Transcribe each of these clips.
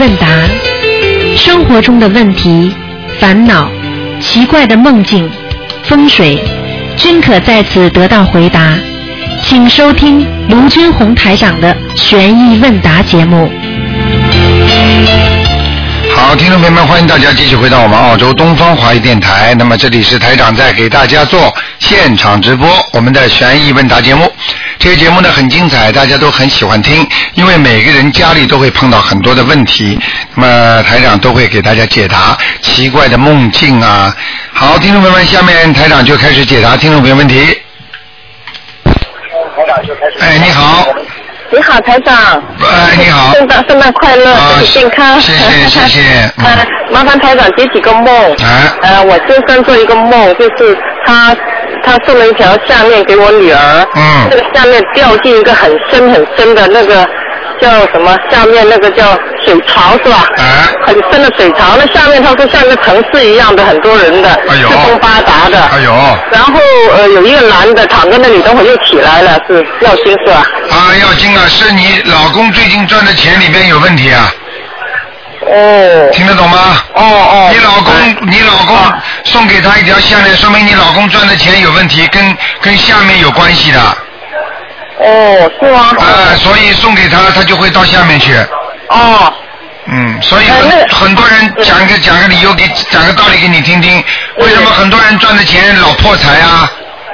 问答，生活中的问题、烦恼、奇怪的梦境、风水，均可在此得到回答。请收听卢军红台长的《悬疑问答》节目。好，听众朋友们，欢迎大家继续回到我们澳洲东方华语电台。那么这里是台长在给大家做现场直播我们的悬疑问答节目。这个节目呢很精彩，大家都很喜欢听，因为每个人家里都会碰到很多的问题，那么台长都会给大家解答奇怪的梦境啊。好，听众朋友们，下面台长就开始解答听众朋友问题。哎，你好，你好，台长。哎，你好，啊圣诞圣诞快乐，身体健康。谢谢谢谢嗯 呃，麻烦台长解几个梦。哎呃，我先生做一个梦，就是他他送了一条项链给我女儿，嗯这个项链掉进一个很深很深的那个叫什么？下面那个叫水槽是吧？哎很深的水槽，那下面他说像一个城市一样的，很多人的，哎呦四通八达的。哎呦，然后呃，有一个男的躺在那里，等会儿又起来了，是要心是吧？啊，要金啊，是你老公最近赚的钱里边有问题啊，哦听得懂吗？哦哦，你老哎公，你老公送给他一条项链，说明你老公赚的钱有问题，跟跟下面有关系的，啊、哦，是吗？所以送给他，他就会到下面去，哦，嗯，所以哎很、那很多人讲个讲个理由给讲个道理给你听哎听，为什么很多人赚的钱老破财啊？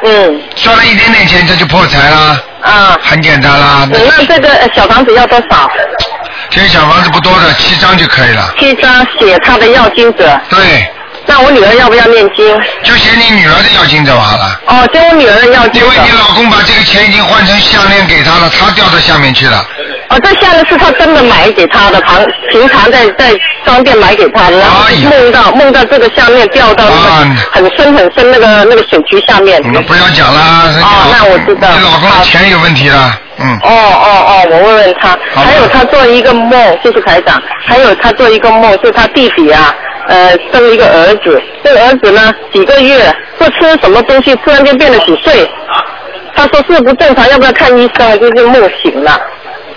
嗯，赚了一点点钱他就破财啦，啊，很简单啦，那那这个呃小房子要多少？这个小房子不多的，七张就可以了。七张写他的要经者，对，那我女儿要不要念经？就写你女儿的要金者完了。哦，就我女儿的要经因为者你。老公把这个钱已经换成项链给他了，他掉到下面去了。哦，这下面是他真的买给他的，旁平常在在商店买给他的，然后哎呀梦到梦到这个下面掉到那啊个很深很深那个那个水渠下面。那不要讲啦，人家哦嗯那我知道你老公的好钱有问题了，嗯，哦哦哦，我问问他。好吧还有他做一个梦，谢谢台长。还有他做一个梦，是他弟弟啊，呃，生了一个儿子。这个儿子呢，几个月不吃什么东西，突然间变得几岁。他说是不正常，要不要看医生？就是梦醒了。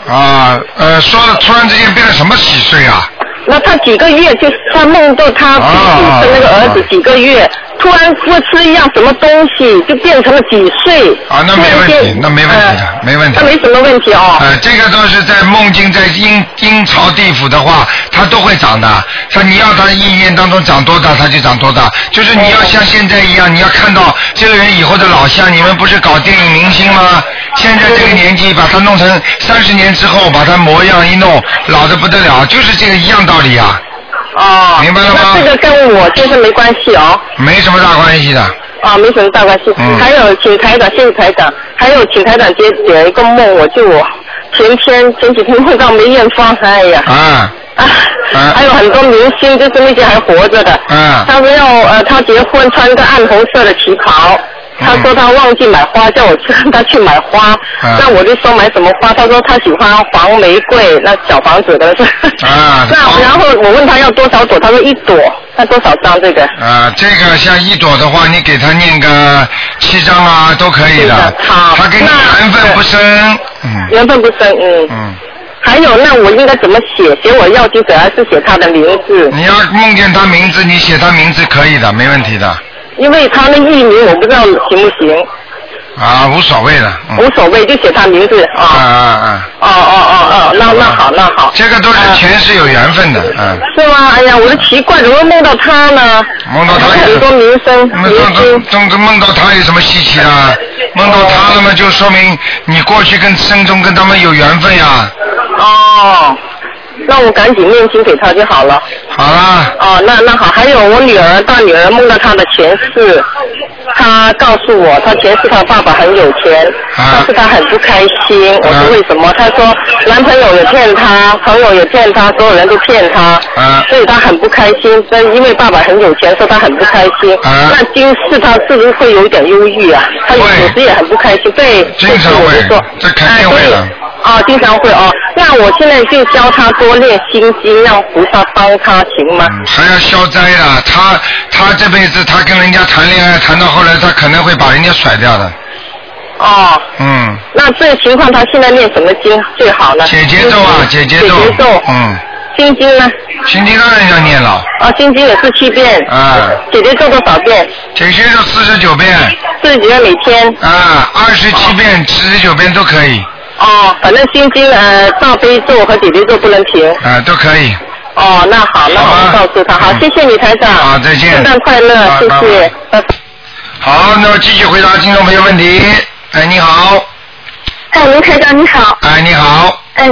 啊，呃，说了突然之间变了什么几岁啊？那他几个月就他梦到他弟啊弟生那个儿子几个月，突然不吃一样什么东西，就变成了几岁。啊那没问题突然间那没问题啊呃没问题那没什么问题哦。呃，这个都是在梦境在阴阴曹地府的话，它都会长的。说你要它意念当中长多大，它就长多大。就是你要像现在一样，你要看到这个人以后的老乡。你们不是搞电影明星吗？现在这个年纪，把他弄成三十年之后，把他模样一弄，老的不得了，就是这个一样道理啊，哦，明白了吗那这个跟我先生没关系哦，没什么大关系的。啊，没什么大关系。嗯还有，请台长，谢谢台长。还有，请台长解解一个梦，我就我前天前几天梦到梅艳芳，哎呀，啊啊啊，还有很多明星，就是那些还活着的，啊他们要呃，他结婚穿个暗红色的旗袍。嗯他说他忘记买花，叫我去 让他去买花。啊那我就说买什么花？他说他喜欢黄玫瑰，那小房子的是。啊 那然后我问他要多少朵，他说一朵。那多少张这个？啊，这个像一朵的话，你给他念个七章啊，都可以的是的好。他跟你那缘分不深，嗯缘分不深，嗯。嗯。还有，那我应该怎么写？写我要经者还是写他的名字？你要梦见他名字，你写他名字可以的，没问题的，因为他的艺名我不知道行不行，啊，无所谓的，无嗯，所谓，就写他名字啊啊。啊啊，哦哦哦哦，那那好那好。呃这个都是前世有缘分的，嗯，是吗？哎呀，我都奇怪，怎么梦到他呢？梦到他还有很多名声那明中星。中中梦到他有什么稀奇的啊？梦到他了嘛，就说明你过去跟生中跟他们有缘分呀。哦，那我赶紧念经给他就好了。好啦，哦，那那好，还有我女儿，大女儿梦到她的前世，她告诉我，她前世她爸爸很有钱，啊但是她很不开心。我啊说为什么？她说男朋友也骗她，朋友也骗她，所有人都骗她，啊所以她很不开心。但因为爸爸很有钱，所以她很不开心。啊那今世她是不是会有一点忧郁啊？她有会时也很不开心，对，经常所以我就会说这肯定啊会所以的哦，经常会哦。那我现在就教他多练心经，让菩萨帮他，行吗？嗯还要消灾的。他他这辈子他跟人家谈恋爱，谈到后来他可能会把人家甩掉的。哦，嗯，那这个情况他现在念什么经最好呢？解节奏啊，就是解节解奏节奏。，嗯，心经呢？心经当然要念了，哦，心经也是七遍。啊，姐姐做多少遍？这些就四十九遍，四十几遍每天。啊，二十七遍、四十九遍都可以，哦，反正心经呃大悲咒和姐姐咒不能停。啊，都可以。哦，那好，那好我吧告诉他。好，嗯谢谢你台长。好再见圣诞快乐好，谢谢。拜拜。好，那么继续回答听众朋友问题。哎，你好，哎，卢台长你好，哎，你好，哎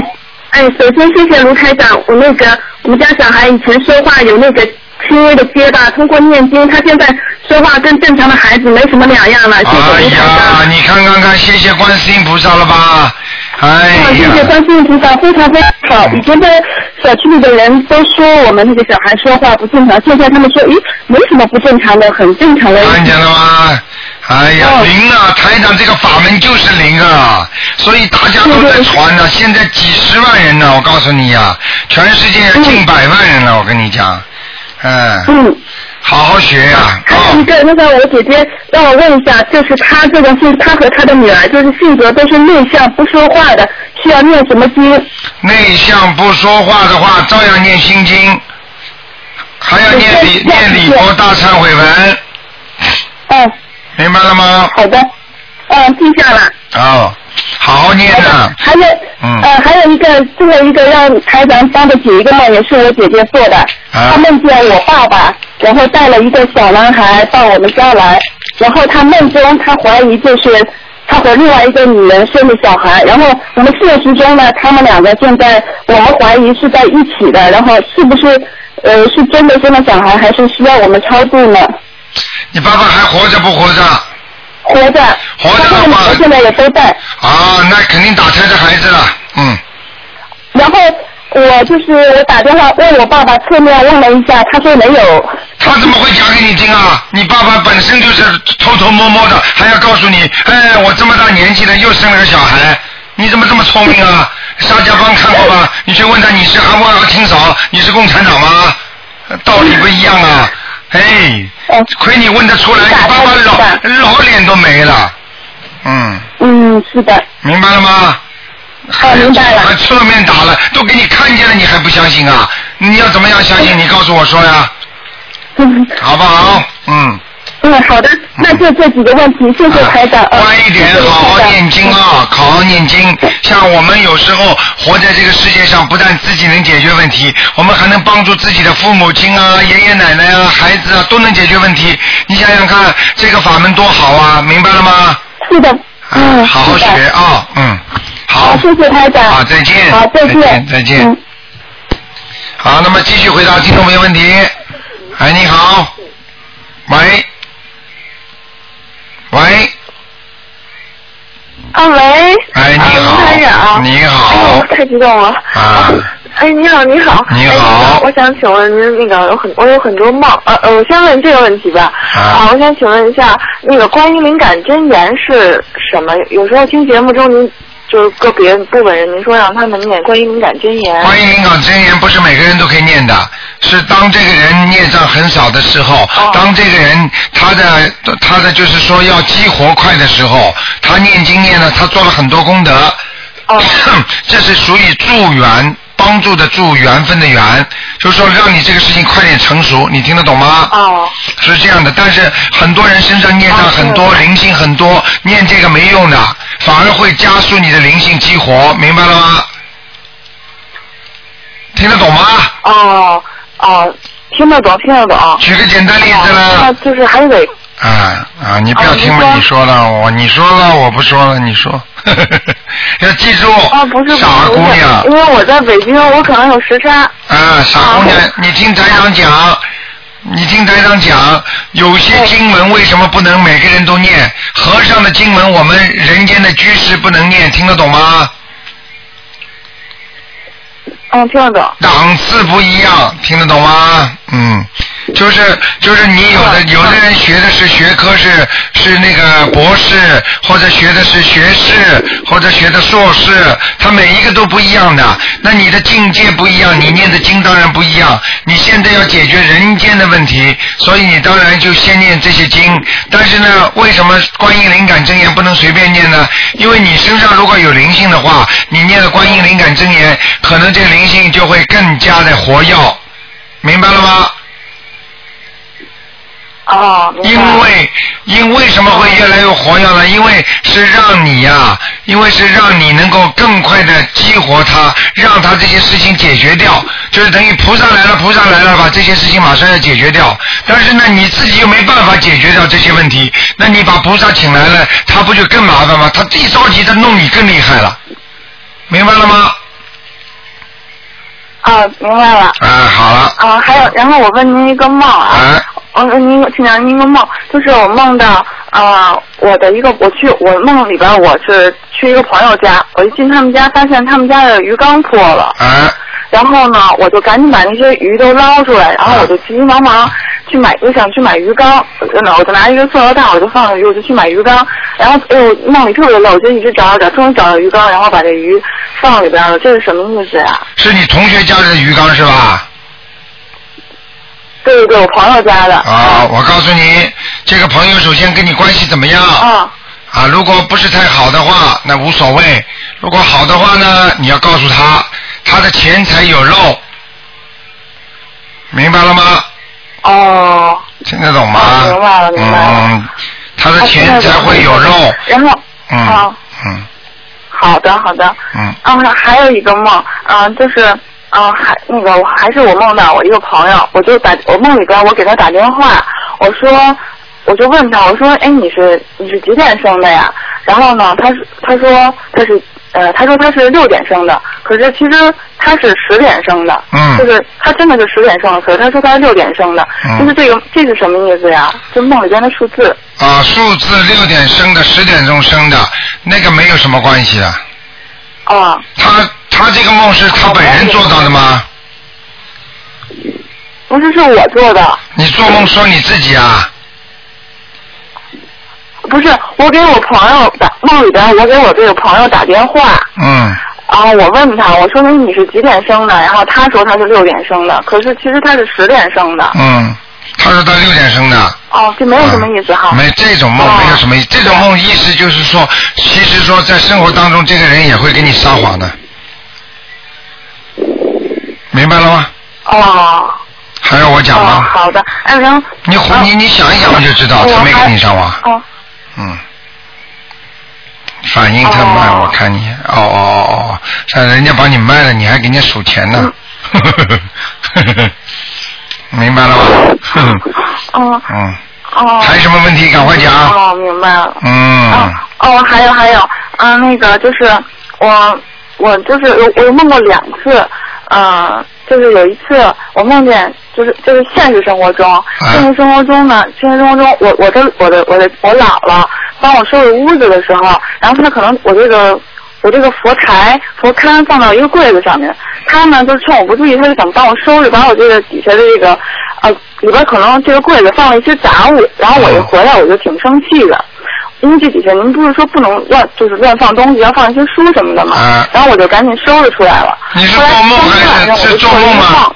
哎，首先谢谢卢台长，我那个我们家小孩以前说话有那个轻微的结巴，通过念经，他现在说话跟正常的孩子没什么两样了，谢哎啊谢卢台长。呀，你看看看，谢谢观世音菩萨了吧？哎啊，谢谢呀，观世音菩萨，非常非常好。嗯以前在小区里的人都说我们那个小孩说话不正常，现在他们说，咦，没什么不正常的，很正常的。看见了吗？哎呀，哦灵啊！台长这个法门就是灵啊，所以大家都在传呢、啊现在几十万人呢、我告诉你呀、啊全世界近百万人了，我跟你讲，嗯，嗯，好好学呀、啊，还有一个，那个我姐姐让我问一下，就是她这个性，她和她的女儿就是性格都是内向、不说话的，需要念什么经？内向不说话的话，照样念心经，还要念礼对念礼佛大忏悔文，哦，明白了吗？好的，嗯，记下了。哦，好好念呐、还有，嗯呃，还有一个，最后一个让台长帮着解一个梦，也是我姐姐做的。啊她梦见我爸爸，然后带了一个小男孩到我们家来，然后她梦中她怀疑就是她和另外一个女人生的小孩，然后我们现实中呢，他们两个现在我们怀疑是在一起的，然后是不是呃是真的生了小孩，还是需要我们超度呢？你爸爸还活着不活着？活着，活着的她和女话儿现在也都在。啊，那肯定打胎的孩子了，嗯，然后我就是我打电话问我爸爸侧面问了一下，他说没有。他怎么会讲给你听啊？你爸爸本身就是偷偷摸摸的，还要告诉你，哎，我这么大年纪了又生了个小孩，你怎么这么聪明啊？沙家浜看过吧？你去问他，你是韩国要清扫，你是共产党吗？道理不一样啊，哎，哎，亏你问得出来，你爸爸老老脸都没了，嗯，嗯，是的，明白了吗？哦，明白还了。侧面打了，都给你看见了，你还不相信啊？你要怎么样相信？你告诉我说呀，嗯好不好？嗯，嗯，好的，那就这几个问题，谢谢台长。啊乖一点，嗯好好念经。啊，好好念经。像我们有时候活在这个世界上，不但自己能解决问题，我们还能帮助自己的父母亲啊、爷爷奶奶啊、孩子啊，都能解决问题。你想想看，这个法门多好啊！明白了吗？嗯谢谢台长是的，啊，嗯，好好学。啊，嗯，好是的好，，谢谢台长。好，再见，好，再见，再见。嗯好，那么继续回答听众朋友问题。哎，你好，喂，喂，啊喂，哎，你啊好卢台，长，你哎好呦，太激动了。啊，哎，你好，你好，你哎好我想请问您那个有很我有很多梦，呃呃，我先问这个问题吧。啊我想请问一下，那个关于灵感真言是什么？有时候听节目中您就是个别部分人，您说让他们念关于灵感真言。关于灵感真言，不是每个人都可以念的，是当这个人孽障很少的时候，哦当这个人他的他的就是说要激活快的时候，他念经念了，他做了很多功德，哦 这是属于助缘。帮助的助缘分的缘，就是说让你这个事情快点成熟，你听得懂吗？哦是这样的，但是很多人身上念障很多，灵性很多，念这个没用的，反而会加速你的灵性激活，明白了吗？听得懂吗？哦哦，听得懂，听得懂。哎举个简单例子那啦，就是还得啊啊，你不要哦听您我说你说了，我你说了，我不说了，你说， 要记住，哦，不是不是，傻姑不是娘，因为我在北京，我可能有时差。啊，傻姑娘，你听台长讲，你听台长讲，有些经文为什么不能每个人都念？和尚的经文，我们人间的居士不能念，听得懂吗？嗯，听得懂。档次不一样，听得懂吗？嗯，就是就是你有的嗯有的人学的是学科是是那个博士，或者学的是学士，或者学的硕士，他每一个都不一样的。那你的境界不一样，你念的经当然不一样。你现在要解决人间的问题，所以你当然就先念这些经。但是呢，为什么观音灵感真言不能随便念呢？因为你身上如果有灵性的话，你念了观音灵感真言，可能这个灵灵性就会更加的活跃，明白了吗？哦，明白因为因为什么会越来越活跃呢？因为是让你呀、因为是让你能够更快的激活它，让它这些事情解决掉，就是等于菩萨来了，菩萨来了，把这些事情马上要解决掉。但是呢，你自己又没办法解决掉这些问题，那你把菩萨请来了，他不就更麻烦吗？他一着急，他弄你更厉害了，明白了吗？啊，明白了。啊，好了，啊，还有，然后我问您一个梦啊，我问您，请讲您一个梦，就是我梦到啊、我的一个，我去，我梦里边我是去一个朋友家，我一进他们家，发现他们家的鱼缸破了，啊，然后呢，我就赶紧把那些鱼都捞出来，然后我就急急忙忙去买，我想去买鱼缸，我就拿我就拿一个塑料袋，我就放上去，我就去买鱼缸，然后哎呦，梦里特别累，我就一直找找找，终于找到鱼缸，然后把这鱼放里边了，这是什么意思呀、是你同学家的鱼缸是吧？对对对，我朋友家的。啊，我告诉你，这个朋友首先跟你关系怎么样？啊。啊，如果不是太好的话，那无所谓；如果好的话呢，你要告诉他，他的钱财有漏，明白了吗？哦。听得懂吗？啊明白了，明白了。嗯，他啊的钱才会有肉。然后，嗯啊嗯好的，好的。嗯啊，还有一个梦，嗯、就是，嗯、还那个，我还是我梦到我一个朋友，我就打，我梦里边我给他打电话，我说，我就问他，我说，哎，你是你是几点生的呀？然后呢，他是他说他是呃，他说他是六点生的，可是其实他是十点生的，嗯就是他真的是十点生的，可是他说他是六点生的，嗯就是这个这是什么意思呀？就梦里边的数字。啊，数字六点生的，十点钟生的，那个没有什么关系的。啊，他他这个梦是他本人做到的吗？不是是我做的，你做梦说你自己啊？不是我给我朋友打梦里边，我给我这个朋友打电话，嗯。然后我问他，我说你是几点生的？然后他说他是六点生的，可是其实他是十点生的。嗯，他说他六点生的，哦，这没有什么意思哈。嗯哦没这种梦没有什么意思。这种梦意思就是说，其实说在生活当中，这个人也会给你撒谎的，明白了吗？哦。还要我讲哦，吗？好的，哎，然后你回你你想一想就知道，我他没还给你撒谎。 哦，嗯，反应太慢，我看你，哦哦哦哦，像人家把你卖了，你还给人家数钱呢，嗯 明白 了吗？哼哦，嗯，哦。还有啊什么问题？赶快讲。哦，明白了。嗯，哦，还有还有，嗯、那个就是我我就是有我有梦过两次，嗯、就是有一次我梦见就是就是现实生活中，现实生活中呢，现实生活中我我的我的我的我姥姥帮我收拾屋子的时候，然后她可能我这个。我这个佛台佛龛放到一个柜子上面，她呢就趁我不注意，她就想帮我收拾，把我这个底下的这个呃里边可能这个柜子放了一些杂物，然后我一回来我就挺生气的，因为这底下您不是说不能乱，就是乱放东西，要放一些书什么的嘛。然后我就赶紧收拾出来了。啊你是后来做梦当天晚还上是我是就做特别梦啊吗？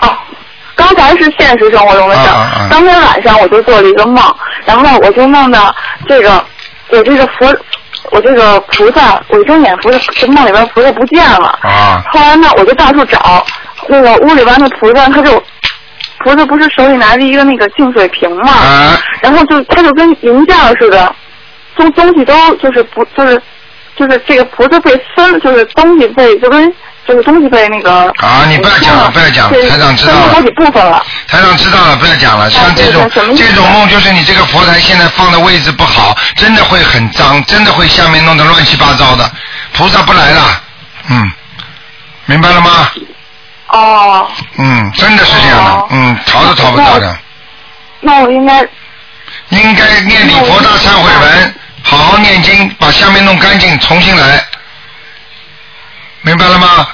哦刚才是现实生活中的事儿，啊当天晚上我就做了一个梦，然后我就梦到这个，我这个佛，我这个菩萨，我一睁眼菩萨，这梦里边菩萨不见了。啊后来呢，我就到处找，那个屋里边的菩萨，他就菩萨不是手里拿着一个那个净水瓶嘛，啊然后就他就跟银件儿似的，东东西都就是不就是就是这个菩萨被分，就是东西被就跟就是东西被那个嗯啊，你不要讲了，不要讲了，台长知道分了好了几，部分了。台长知道了，不要讲啊了。像这种这种梦，就是你这个佛台现在放的位置不好，真的会很脏，真的会下面弄得乱七八糟的，菩萨不来了，嗯，明白了吗？哦，嗯，真的是这样的，嗯，逃都逃不掉的。那我应该应该念礼佛大忏悔文，好好念经，把下面弄干净，重新来，明白了吗？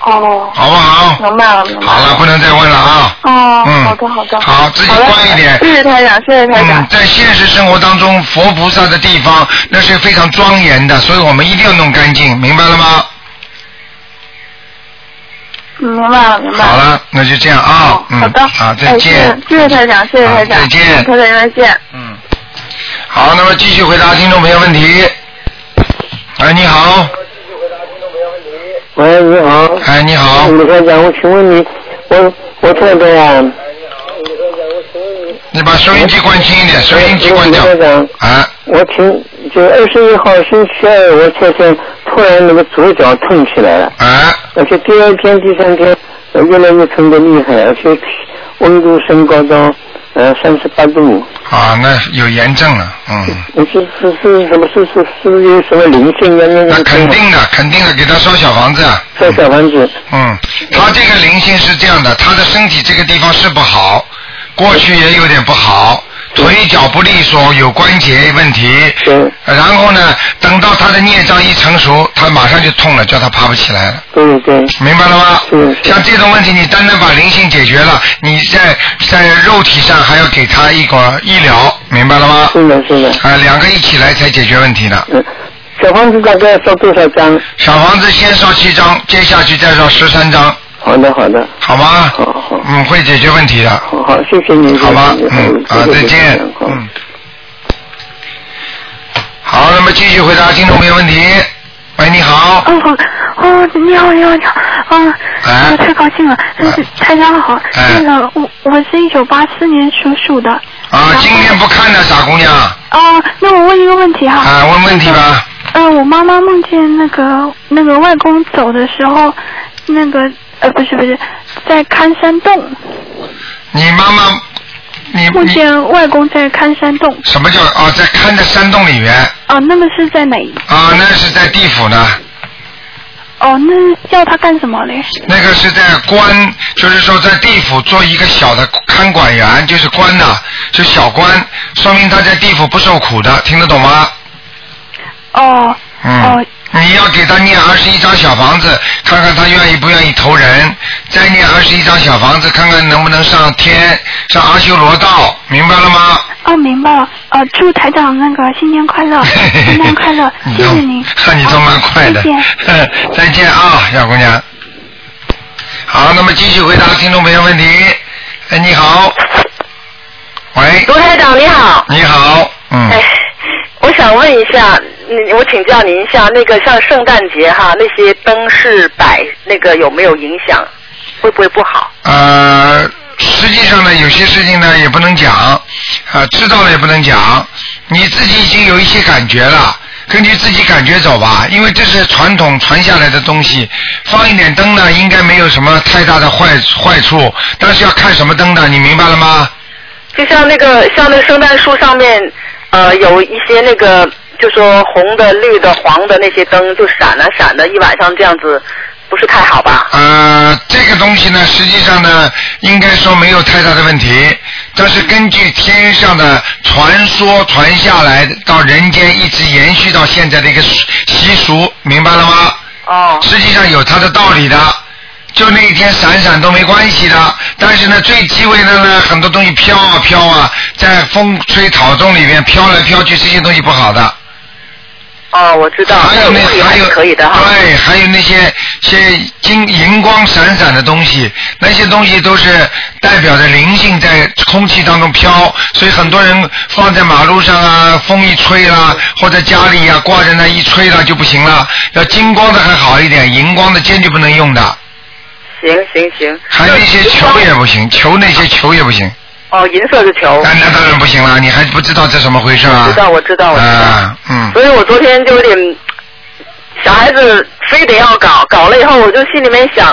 哦，好不好？明白了，明白了。好了，不能再问了啊。哦，嗯好的，好的。好，自己关一点。谢谢台长，谢谢台长。嗯，在现实生活当中，佛菩萨的地方那是非常庄严的，所以我们一定要弄干净，明白了吗？嗯明白了，明白了。好了，那就这样啊，嗯，好的，好，再哎见。啊谢谢谢谢台长，谢谢台长，好再见台长再见。嗯好，那么继续回答听众朋友问题。哎，你好。喂，你好。哎，你好。鲁科长，我请问你，我我错的呀。你把收音机关轻一点，收音机嗯关掉。科长，啊，我请就二十一号星期二，我先生突然那个左脚痛起来了，啊，而且第二天、第三天呃越来越疼的厉害，而且体温度升高到呃三十八度。啊，那有炎症了，嗯，你是是是什么？是是是不是有什么灵性啊？那那那肯定的，肯定的，给他烧小房子啊。在小房子，嗯，他这个灵性是这样的，他的身体这个地方是不好，过去也有点不好，腿脚不利索，有关节问题。对然后呢，等到他的孽障一成熟，他马上就痛了，叫他爬不起来了，对对明白了吗？嗯像这种问题，你单单把灵性解决了，你在在肉体上还要给他一个医疗，明白了吗？是的是的，啊，两个一起来才解决问题的。嗯，小房子大概要烧多少张？小房子先烧七张，接下去再烧十三张，好的好的，好吗？好好嗯，会解决问题的。好好，谢谢您，好吧谢，谢嗯您，啊，再见，嗯。。好，那么继续回答听众朋友问题。喂，你好，啊哦好哦，你好你好你好，啊，哎我太高兴了，真是太长好。哎那个我我是一九八四年属鼠的。啊，今天不看的傻姑娘，哦，那我问一个问题哈，啊，问问题吧，呃，我妈妈梦见那个那个外公走的时候，那个呃不是不是，在看山洞，嗯你妈妈，你梦你见外公在看山洞，什么叫啊？在看的山洞里面哦、那个是在哪一？啊，那是在地府呢，哦，那要他干什么嘞？那个是在官，就是说在地府做一个小的看管员，就是官呐、就小官，说明他在地府不受苦的，听得懂吗？哦，嗯哦，你要给他念二十一张小房子，看看他愿意不愿意投人，再念二十一张小房子，看看能不能上天，上阿修罗道，明白了吗？，哦，明白了。呃，祝台长那个新年快乐，新年快乐 你谢都谢您。嗯你都蛮快的。谢谢 再见啊，小姑娘。好，那么继续回答听众朋友问题。哎，你好。喂，卢台长你好。你好。嗯。哎，我想问一下，嗯，我请教您一下，那个像圣诞节哈，那些灯饰摆那个有没有影响？会不会不好？呃，实际上呢，有些事情呢也不能讲，啊、知道了也不能讲，你自己已经有一些感觉了。根据自己感觉走吧，因为这是传统传下来的东西。放一点灯呢，应该没有什么太大的坏坏处，但是要看什么灯的，你明白了吗？就像那个像那个圣诞树上面，呃，有一些那个就说红的、绿的、黄的那些灯，就闪啊闪的，一晚上这样子，不是太好吧？呃，这个东西呢，实际上呢，应该说没有太大的问题，但是根据天上的传说传下来到人间，一直延续到现在的一个习习俗，明白了吗？哦实际上有它的道理的，就那一天闪闪都没关系的。但是呢，最忌讳的呢，很多东西飘啊飘啊，在风吹草动里面飘来飘去，这些东西不好的。哦，我知道，还有那那个还有可以的哈。对，还有那些些金银光闪闪的东西，那些东西都是代表着灵性在空气当中飘，所以很多人放在马路上啊，风一吹啦、或者家里啊挂着那一吹了就不行了。要金光的还好一点，银光的坚决不能用的。行行行。还有一些球也不行，球那些球也不行，哦，银色的球。那那当然不行了，你还不知道这怎么回事啊？知道，我知道，我知道。啊，嗯， 所以我昨天就有点，小孩子非得要搞，搞了以后我就心里面想，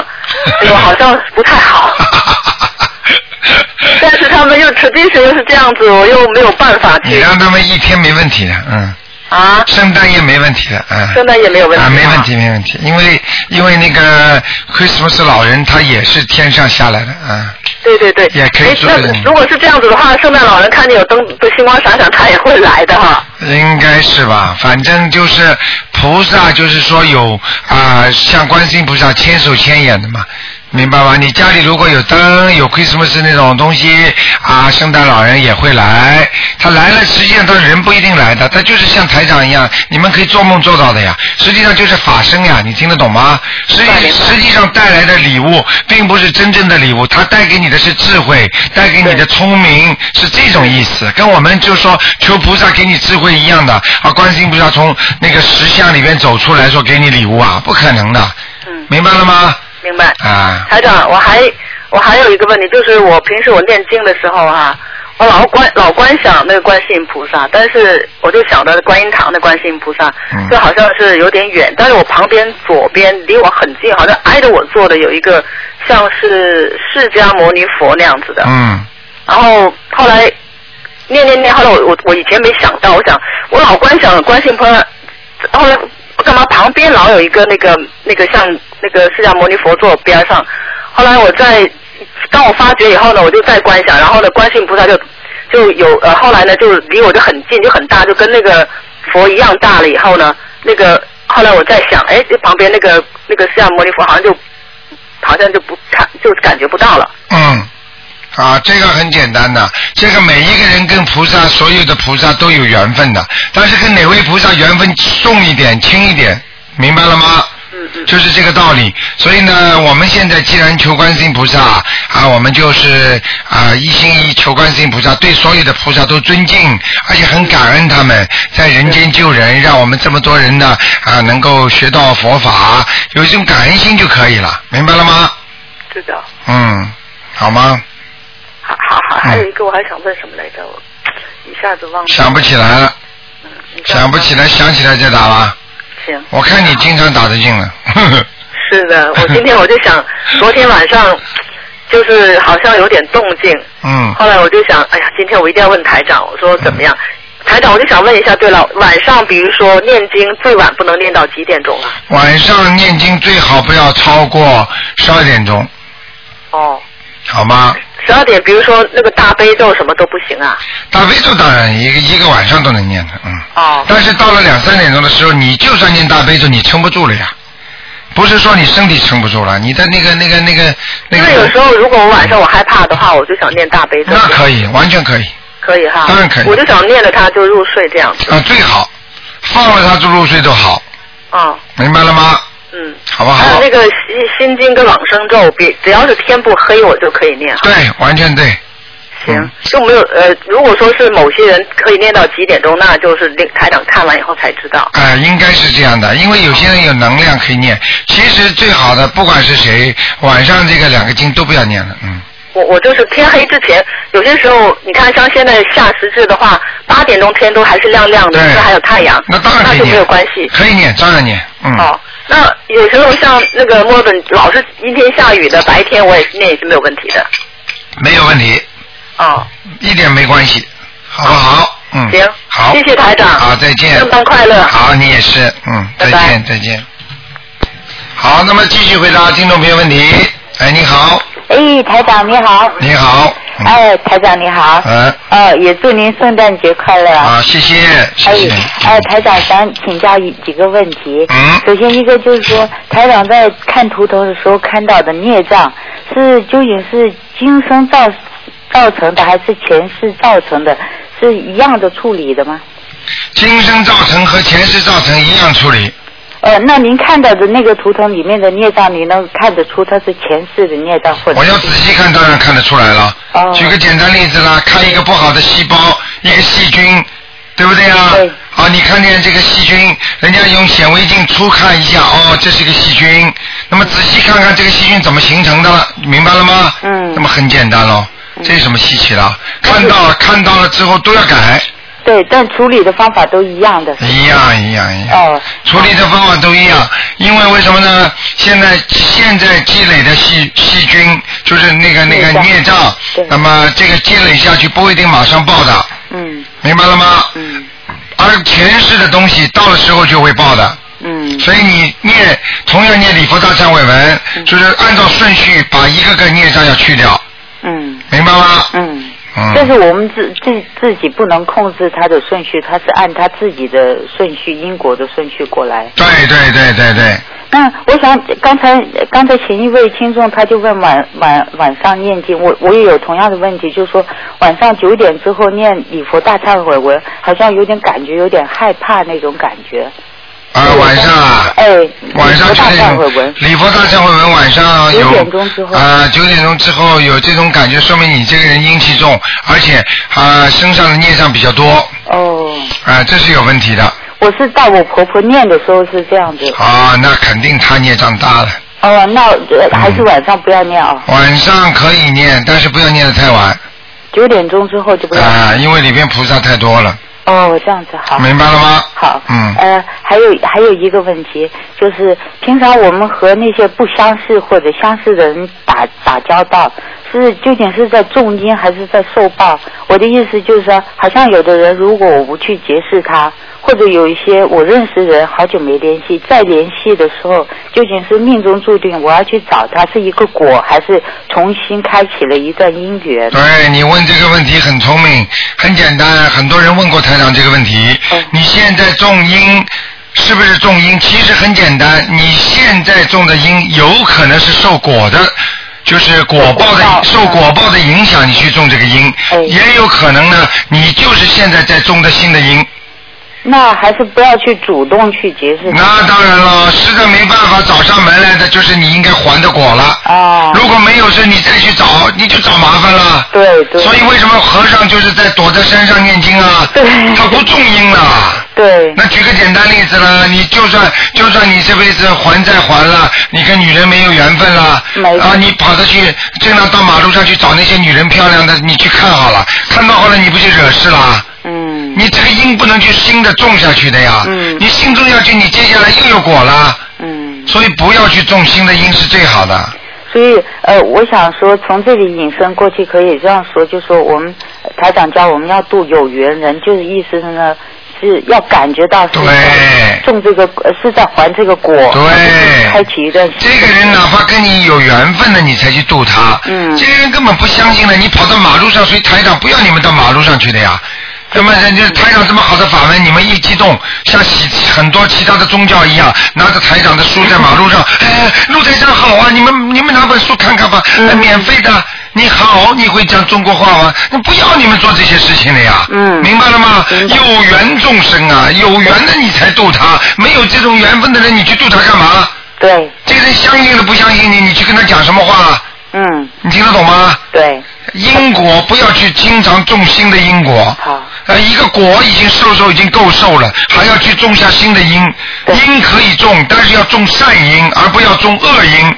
哎呦，好像不太好。但是他们又吃冰水又是这样子，我又没有办法你去让他们一天没问题的，嗯。啊。圣诞夜没问题的，嗯。圣诞也没有问题啊，吗没问题，没问题，因为因为那个 Christmas 老人他也是天上下来的，嗯。对对对。也可以哎做那这个如果是这样子的话，圣诞老人看见有灯的星光闪闪，他也会来的哈。应该是吧，反正就是菩萨，就是说有啊、像观世音菩萨千手千眼的嘛，明白吗？你家里如果有灯，有 Christmas 那种东西啊，圣诞老人也会来。他来了，实际上他人不一定来的，他就是像台长一样，你们可以做梦做到的呀。实际上就是法身呀，你听得懂吗？实际明白明白实际上带来的礼物，并不是真正的礼物，它带给你的是智慧，带给你的聪明，是这种意思，跟我们就说求菩萨给你智慧一样的啊。观世音菩萨从那个石像里边走出来说给你礼物啊，不可能的。嗯明白了吗？明白。啊，台长，我还我还有一个问题，就是我平时我念经的时候啊，我老观老观想那个观世音菩萨，但是我就想着观音堂的观世音菩萨，嗯这好像是有点远，但是我旁边左边离我很近，好像挨着我坐的有一个像是释迦牟尼佛那样子的，嗯，然后后来念念念，后来我我我以前没想到，我想我老观想观世音菩萨，后来干嘛旁边老有一个那个那个像那个释迦牟尼佛坐边上，后来我在当我发觉以后呢，我就再观想，然后呢观世音菩萨就就有呃后来呢就离我就很近，就很大，就跟那个佛一样大了以后呢，那个后来我在想，哎，这旁边那个那个释迦牟尼佛好像就好像就不看就感觉不到了，嗯，啊，这个很简单的，这个每一个人跟菩萨，所有的菩萨都有缘分的，但是跟哪位菩萨缘分重一点、轻一点，明白了吗？就是这个道理，所以呢，我们现在既然求观世音菩萨啊，我们就是啊一心一意求观世音菩萨，对所有的菩萨都尊敬，而且很感恩他们在人间救人，让我们这么多人呢啊能够学到佛法，有一种感恩心就可以了，明白了吗？知道。嗯，好吗？好好好，还有一个我还想问什么来着？我一下子忘了。想不起来了，想不起来，想起来再打吧。行。我看你经常打得进了， 呵呵是 的，我今天我就想，昨天晚上就是好像有点动静，嗯后来我就想，哎呀，今天我一定要问台长，我说怎么样？台长，我就想问一下，对了，晚上比如说念经最晚不能念到几点钟啊？晚上念经最好不要超过十二点钟，哦，好吗？十二点，比如说那个大悲咒什么都不行啊？大悲咒当然一个一个晚上都能念的，嗯。哦。但是到了两三点钟的时候，你就算念大悲咒，你撑不住了呀。不是说你身体撑不住了，你的那个那个那个那因个。为有时候如果我晚上我害怕的话，我就想念大悲咒。那可以，完全可以可以哈。当然可以我就想念着它就入睡这样子。啊，最好放了它就入睡都好，啊，明白了吗？嗯。好不还有好？那个心心经跟往生咒，别只要是天不黑我就可以念哈。对，完全对。嗯行，就没有呃，如果说是某些人可以念到几点钟，那就是令台长看完以后才知道。啊、应该是这样的，因为有些人有能量可以念。其实最好的，不管是谁，晚上这个两个经都不要念了，嗯。我我就是天黑之前，有些时候你看像现在夏时制的话，八点钟天都还是亮亮的，对这还有太阳，那当然可以就念。没有关系。可以念，当然念，嗯。哦，那有时候像那个墨尔本老是阴天下雨的，白天我也是念也是没有问题的。没有问题，哦，一点没关系，好不好？嗯。行好。谢啊谢台长好，再见。圣诞快乐好，你也是，嗯，再拜见，拜再见。好，那么继续回答听众朋友问题。哎，你好，哎，台长你好，你好，哎，台长你好，哎嗯，哦，也祝您圣诞节快乐。啊，谢谢，谢哎谢，，哎，台长想请教一几个问题。嗯首先一个就是说，台长在看图腾的时候看到的孽障，是究竟是今生造造成的，还是前世造成的？是一样的处理的吗？今生造成和前世造成一样处理，呃，那您看到的那个图腾里面的孽障，你能看得出它是前世的孽障，或者我要仔细看，当然看得出来了。哦举个简单例子啦，看一个不好的细胞，一个细菌，对不对啊？对啊，你看见这个细菌，人家用显微镜粗看一下，哦，这是一个细菌。那么仔细看看这个细菌怎么形成的了，明白了吗？嗯那么很简单喽，这有什么稀奇的？看到了，看到了之后都要改，哎对，但处理的方法都一样的。一样一样一样。哦，处理的方法都一样，因为为什么呢？现在现在积累的细细菌就是那个那个孽孽障障对，那么这个积累下去不一定马上爆的，嗯明白了吗？嗯而前世的东西到了时候就会爆的，嗯所以你念同样念礼佛大忏悔文，就是按照顺序把一个个孽障要去掉，嗯明白吗？嗯，但是嗯，我们自自自己不能控制它的顺序，它是按它自己的顺序因果的顺序过来。对对对对对，那我想刚才刚才前一位听众他就问晚晚晚上念经，我我也有同样的问题，就是说晚上九点之后念礼佛大忏悔文，好像有点感觉有点害怕那种感觉。啊，晚上啊。哎，晚上礼佛就大那忏悔种文，礼佛大忏悔文晚上有9点钟之后啊，九点钟之后有这种感觉，说明你这个人阴气重，而且啊身上的孽障比较多哦，啊，这是有问题的我是到我婆婆念的时候是这样子。啊，那肯定他孽障大了，哦，那呃还是晚上不要念啊，晚上可以念，但是不要念得太晚九点钟之后就不要。啊，因为里边菩萨太多了。哦，这样子好。明白了吗？好。嗯。呃，还有还有一个问题，就是平常我们和那些不相识或者相识的人打打交道，是究竟是在重因还是在受报？我的意思就是说，好像有的人如果我不去结识他，或者有一些我认识人好久没联系，再联系的时候，究竟是命中注定我要去找他是一个果，还是重新开启了一段姻缘？对你问这个问题很聪明，很简单，很多人问过台长这个问题。嗯你现在种因是不是种因？其实很简单，你现在种的因有可能是受果的，就是果报嗯的受果报的影响，你去种这个因，也有可能呢，你就是现在在种的新的因。那还是不要去主动去结识。那当然了，实在没办法找上门来的，就是你应该还的果了。哦。如果没有事，你再去找，你就找麻烦了。对对。所以为什么和尚就是在躲在山上念经啊？对。他不种因了。对。那举个简单例子啦，你就算就算你这辈子还债还了，你跟女人没有缘分了，啊，你跑着去经常到马路上去找那些女人漂亮的，你去看好了，看到后来你不就惹事了？嗯。你这个因不能去新的种下去的呀。嗯。你新种下去，你接下来又有果了。嗯。所以不要去种新的因是最好的。所以，呃，我想说，从这里引申过去，可以这样说，就说我们呃台长教我们要度有缘人，就是意思是呢，是要感觉到是在种这个，呃是在还这个果，对，开启一段新这个人哪怕跟你有缘分的，你才去度他。嗯。这个人根本不相信了，你跑到马路上，所以台长不要你们到马路上去的呀。那么人家台长这么好的法门，你们一激动，像其很多其他的宗教一样，拿着台长的书在马路 上，哎，陆台长好啊，你们你们拿本书看看吧，哎免费的。你好，你会讲中国话吗？那不要你们做这些事情了呀。嗯。明白了吗？有缘众生啊，有缘的你才度他，没有这种缘分的人，你去度他干嘛？对。这个人相信了不相信你，你去跟他讲什么话？啊嗯。你听得懂吗？对。因果不要去经常种新的因果。好。呃，一个果已经受受已经够受了，还要去种下新的因。因可以种，但是要种善因，而不要种恶因。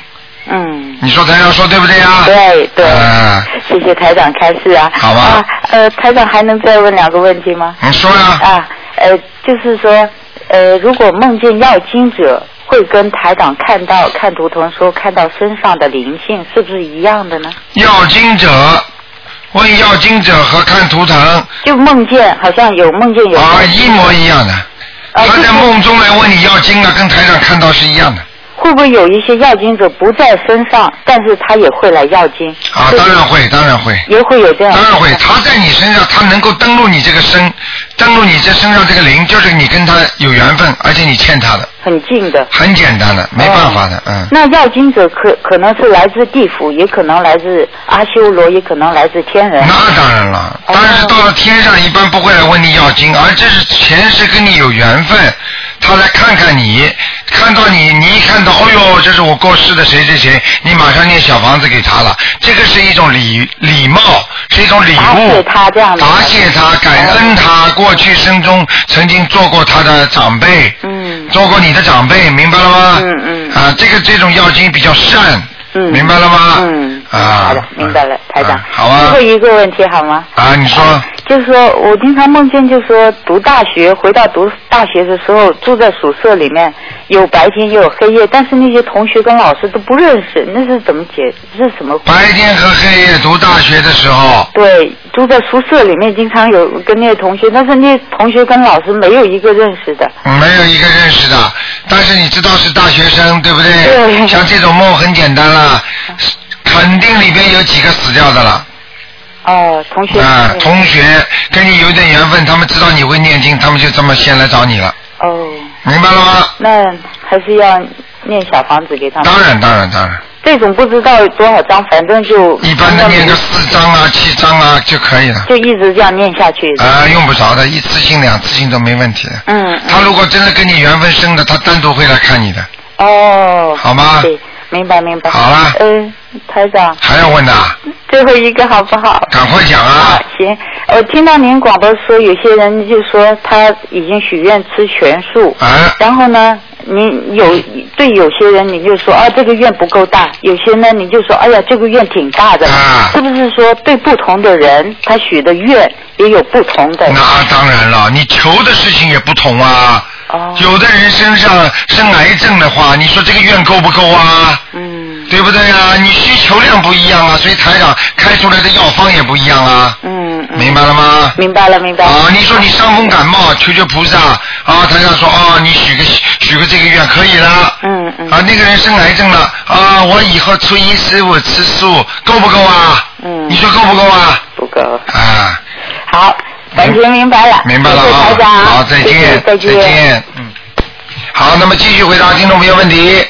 嗯。你说咱要说对不对呀？对对。啊、谢谢台长开示啊。好吧啊，呃，台长还能再问两个问题吗？你嗯说呀、啊，呃，就是说，呃，如果梦见要经者，会跟台长看到看图腾说看到身上的灵性，是不是一样的呢？要经者，问要经者和看图腾就梦见好像有梦见有啊一模一样的。啊他在梦中来问你要经啊，跟台上看到是一样的。会不会有一些要经者不在身上，但是他也会来要经？啊，当然会，当然会。也会有这样。当然会，他在你身上，他能够登录你这个身，登录你这身上这个灵，就是你跟他有缘分，而且你欠他的。很近的。很简单的，没办法的，嗯。哦那要经者可可能是来自地府，也可能来自阿修罗，也可能来自天人。那当然了，哦但是到了天上一般不会来问你要经，而这是前世跟你有缘分，他来看看你，看到你，你一看到，哦呦，这是我过世的谁谁谁，你马上念小房子给他了，这个是一种礼礼貌，是一种礼物，答谢他这样的，答谢他，感恩他过去生中曾经做过他的长辈，嗯，做过你的长辈，明白了吗？嗯嗯，啊，这个这种要经比较善，嗯，明白了吗？嗯，啊，明白了，台长。好啊最后一个问题好吗？啊，你说。就是说我经常梦见，就是说读大学，回到读大学的时候，住在宿舍里面，有白天也有黑夜，但是那些同学跟老师都不认识，那是怎么解？是什么？白天和黑夜读大学的时候，对，住在宿舍里面，经常有跟那些同学，但是那些同学跟老师没有一个认识的。嗯没有一个认识的，但是你知道是大学生，对不对？对像这种梦很简单啦，肯定里边有几个死掉的了。哦，同学。啊，同学跟你有点缘分，他们知道你会念经，他们就这么先来找你了。哦。明白了吗？那还是要念小房子给他们。当然，当然，当然，这种不知道有多少张，反正就一般的念个四张啊、七张啊就可以了。就一直这样念下去。啊、用不着的，一次性、两次性都没问题的。嗯。他如果真的跟你缘分深的，他单独会来看你的。哦。好吗对，明白明白。好啦嗯、台长，还要问的啊，最后一个好不好？赶快讲啊！行，我听到您广播说，有些人就说他已经许愿吃全素，啊、然后呢，你有对有些人你就说啊这个愿不够大，有些呢你就说哎呀这个愿挺大的，啊是不是说对不同的人他许的愿也有不同的？那当然了，你求的事情也不同啊。哦有的人身上生癌症的话，你说这个愿够不够啊？嗯。对不对啊？你需求量不一样啊，所以台长开出来的药方也不一样啊。嗯。明白了吗？明白了，明白了。啊，你说你伤风感冒，求求菩萨啊！台长说啊，你许个许个这个愿可以了。嗯嗯。啊，那个人生癌症了啊，我以后初一十五吃素够不够啊？嗯。你说够不够啊？不够。啊。好，感情明白了，明白了谢谢台啊！长，好，再谢谢见，再见，见，嗯。好，那么继续回答听众朋友问题。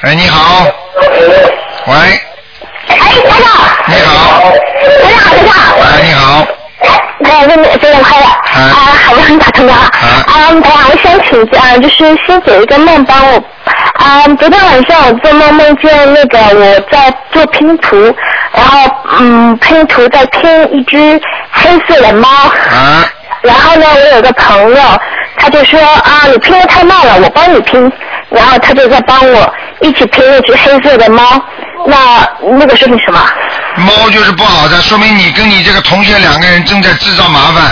哎，你好。喂。哎，台长。你好。台长，台长。哎，你好。哎，问的非常快乐啊！好不容易打通了啊！啊，等下我想请啊，就是先解一个梦，帮我啊。昨天晚上我做梦梦见那个我在做拼图，然后嗯，拼图在拼一只黑色的猫。啊。然后呢，我有个朋友，他就说啊，你拼的太慢了，我帮你拼。然后他就在帮我一起拼那只黑色的猫。那那个说明什么？猫就是不好的，说明你跟你这个同学两个人正在制造麻烦。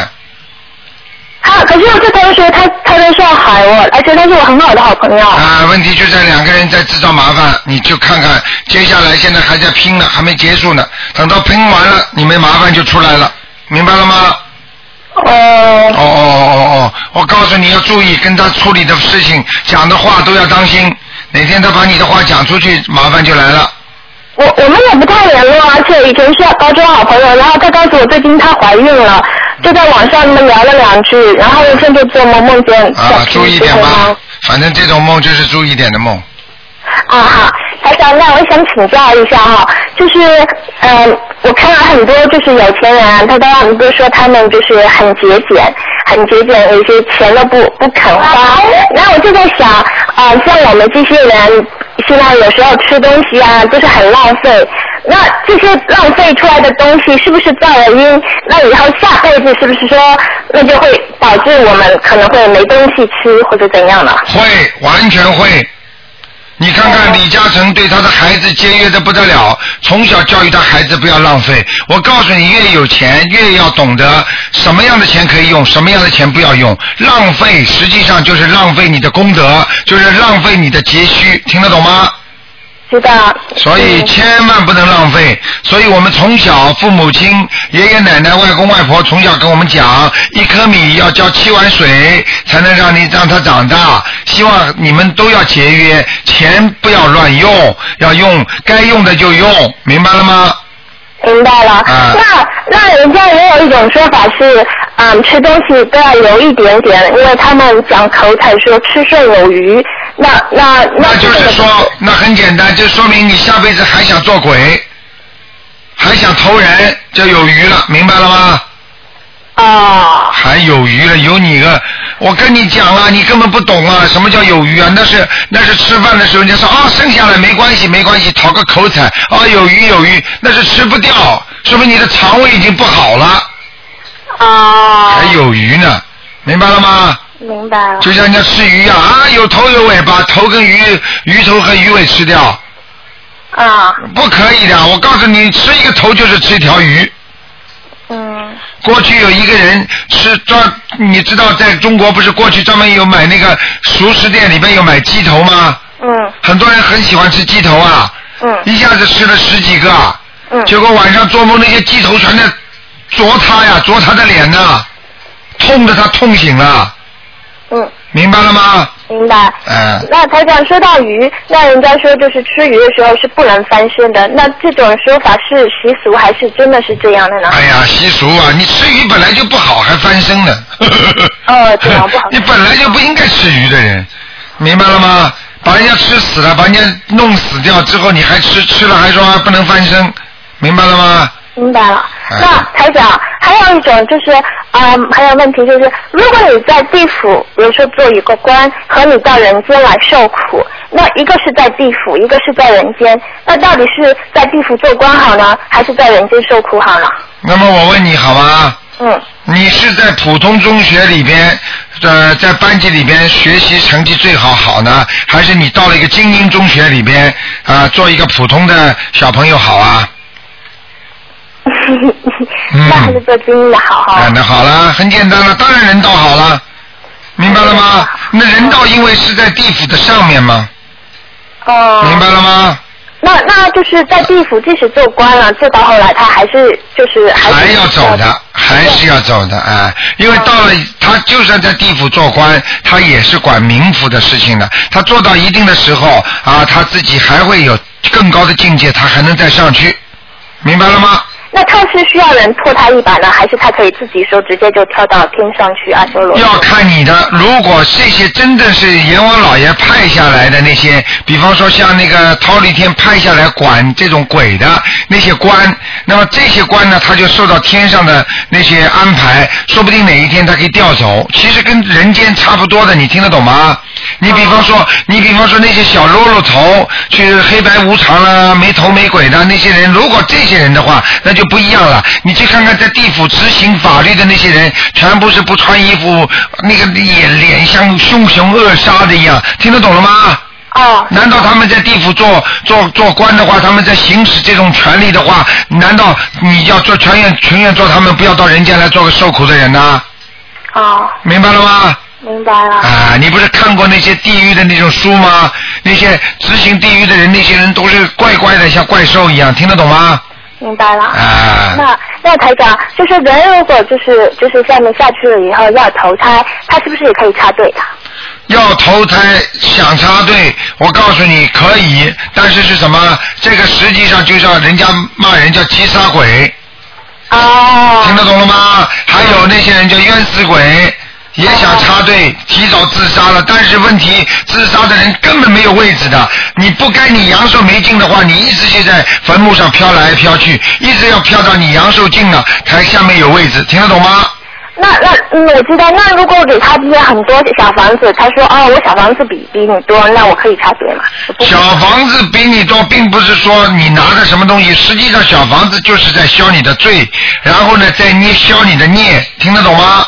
啊，可是我这同学他他在上海哦，而且他是我很好的好朋友。啊，问题就在两个人在制造麻烦，你就看看接下来现在还在拼呢，还没结束呢，等到拼完了，你们麻烦就出来了，明白了吗？哦哦哦哦哦！我告诉你要注意，跟他处理的事情、讲的话都要当心，哪天他把你的话讲出去，麻烦就来了。我我们也不太联络，而且以前是高中好朋友，然后他告诉我最近她怀孕了，就在网上们聊了两句，然后一天就做梦梦嗯见啊，注意点吧，反正这种梦就是注意点的梦。啊哈，台长，那我想请教一下哈，就是嗯、呃我看到很多就是有钱人，啊他都都说他们就是很节俭，很节俭，有些钱都不不肯花。那我就在想，啊、像我们这些人，现在有时候吃东西啊，都是很浪费。那这些浪费出来的东西，是不是造了因？那以后下辈子是不是说，那就会导致我们可能会没东西吃或者怎样呢？会，完全会。你看看李嘉诚对他的孩子节约的不得了，从小教育他孩子不要浪费。我告诉你，越有钱越要懂得什么样的钱可以用，什么样的钱不要用。浪费实际上就是浪费你的功德，就是浪费你的节虚，听得懂吗？知道。所以千万不能浪费。所以我们从小父母亲、爷爷奶奶、外公外婆从小跟我们讲，一颗米要浇七碗水，才能让你让它长大。希望你们都要节约，钱不要乱用，要用该用的就用，明白了吗？啊明白了。那那人家也有一种说法是，嗯，吃东西都要留一点点，因为他们讲口才说吃剩有余。那那那那就是说，那很简单，就说明你下辈子还想做鬼，还想投人，就有余了，明白了吗？啊。还有余了，有你个！我跟你讲了，你根本不懂啊，什么叫有余啊？那是那是吃饭的时候，人家说啊，剩下来没关系，没关系，讨个口彩啊，有余有余，那是吃不掉，说明你的肠胃已经不好了。啊。还有余呢，明白了吗？明白了。就像人家吃鱼啊，啊，有头有尾，把头跟鱼鱼头和鱼尾吃掉。啊。不可以的，我告诉你，吃一个头就是吃一条鱼。嗯。过去有一个人吃专，你知道在中国不是过去专门有买那个熟食店里面有买鸡头吗？嗯。很多人很喜欢吃鸡头啊。嗯。一下子吃了十几个。嗯。结果晚上做梦，那些鸡头全在啄他呀，啄他的脸呐，痛得他痛醒了。嗯。明白了吗？明白。嗯。那台长说到鱼，那人家说就是吃鱼的时候是不能翻身的，那这种说法是习俗还是真的是这样的呢？哎呀，习俗啊，你吃鱼本来就不好，还翻身呢。哦，对啊 不好。你本来就不应该吃鱼的人，明白了吗？把人家吃死了，把人家弄死掉之后，你还吃吃了还说还不能翻身，明白了吗？明白了。哎那台长，还有一种就是，嗯，还有问题就是，如果你在地府，比如说做一个官，和你到人间来受苦，那一个是在地府，一个是在人间，那到底是在地府做官好呢，还是在人间受苦好呢？那么我问你好吗？嗯，你是在普通中学里边，呃，在班级里边学习成绩最好好呢，还是你到了一个精英中学里边啊、做一个普通的小朋友好啊？嗯 那还是做精英的好哈。啊，那好啦，很简单了，当然人道好了，明白了吗？那人道因为是在地府的上面嘛，哦、嗯明白了吗？那那就是在地府，即使做官了，做到后来他还是就是还是还要走的，还是要走的啊！因为到了他就算在地府做官，他也是管冥府的事情的。他做到一定的时候啊，他自己还会有更高的境界，他还能再上去，明白了吗？那他是需要人拖他一把呢，还是他可以自己说直接就跳到天上去阿修罗？要看你的，如果这些真的是阎王老爷派下来的那些，比方说像那个忉利天派下来管这种鬼的那些官，那么这些官呢，他就受到天上的那些安排，说不定哪一天他可以调走。其实跟人间差不多的，你听得懂吗？你比方说，你比方说那些小喽啰头，去黑白无常啦、没头没尾的那些人，如果这些人的话，那就不一样了。你去看看在地府执行法律的那些人，全部是不穿衣服，那个脸脸像凶神恶煞的一样，听得懂了吗？哦。难道他们在地府做做做官的话，他们在行使这种权利的话，难道你要做全愿全愿做他们，不要到人间来做个受苦的人呢？哦，明白了吗？明白了。啊，你不是看过那些地狱的那种书吗？那些执行地狱的人，那些人都是怪怪的，像怪兽一样，听得懂吗？明白了。啊那那台长，就是人如果就是就是下面下去了以后要投胎，他是不是也可以插队的？要投胎想插队，我告诉你可以，但是是什么？这个实际上就像人家骂人叫急杀鬼。哦。听得懂了吗？还有那些人叫冤死鬼，也想插队，提早自杀了。但是问题，自杀的人根本没有位置的。你不该你阳寿没尽的话，你一直就在坟墓上飘来飘去，一直要飘到你阳寿尽了，才下面有位置。听得懂吗？那那嗯，我知道。那如果我给他这些很多小房子，他说哦，我小房子比比你多，那我可以插队吗？小房子比你多，并不是说你拿着什么东西，实际上小房子就是在消你的罪，然后呢，再捏消你的孽，听得懂吗？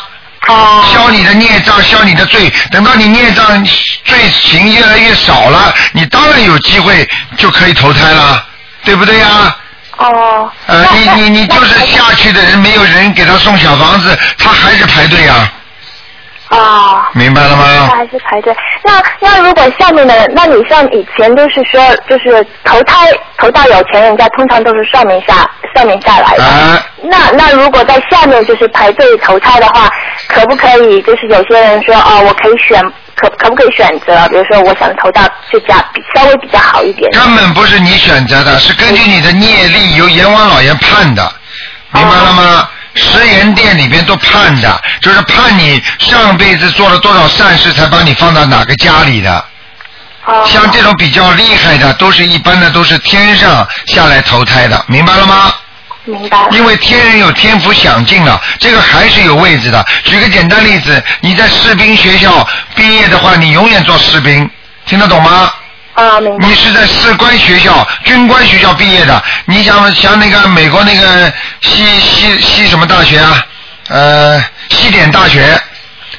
哦。消你的孽障，消你的罪，等到你孽障罪行越来越少了，你当然有机会就可以投胎了，对不对呀、哦。呃，你你你就是下去的人，没有人给他送小房子，他还是排队呀、哦。明白了吗？那还是排队。那那如果下面的人，那你像以前都是说，就是投胎投到有钱人家，通常都是上面下上面下来的。啊那那如果在下面就是排队投胎的话，可不可以就是有些人说哦，我可以选，可可不可以选择？比如说我想投到这家比稍微比较好一点。根本不是你选择的，是根据你的业力由阎王老爷判的，明白了吗？十阎殿里边都判的，就是判你上辈子做了多少善事，才把你放到哪个家里的。哦像这种比较厉害的，都是一般的都是天上下来投胎的，明白了吗？明白因为天人有天福享尽了，这个还是有位置的。举个简单例子，你在士兵学校毕业的话，你永远做士兵，听得懂吗？啊，明白。你是在士官学校、军官学校毕业的，你想想那个美国那个西西西什么大学啊？呃，西点大学。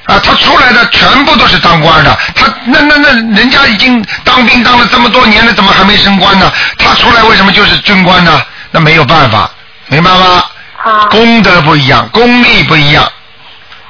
啊，他出来的全部都是当官的，他那那那人家已经当兵当了这么多年了，怎么还没升官呢？他出来为什么就是军官呢？那没有办法，明白吗？啊啊功德不一样，功力不一样。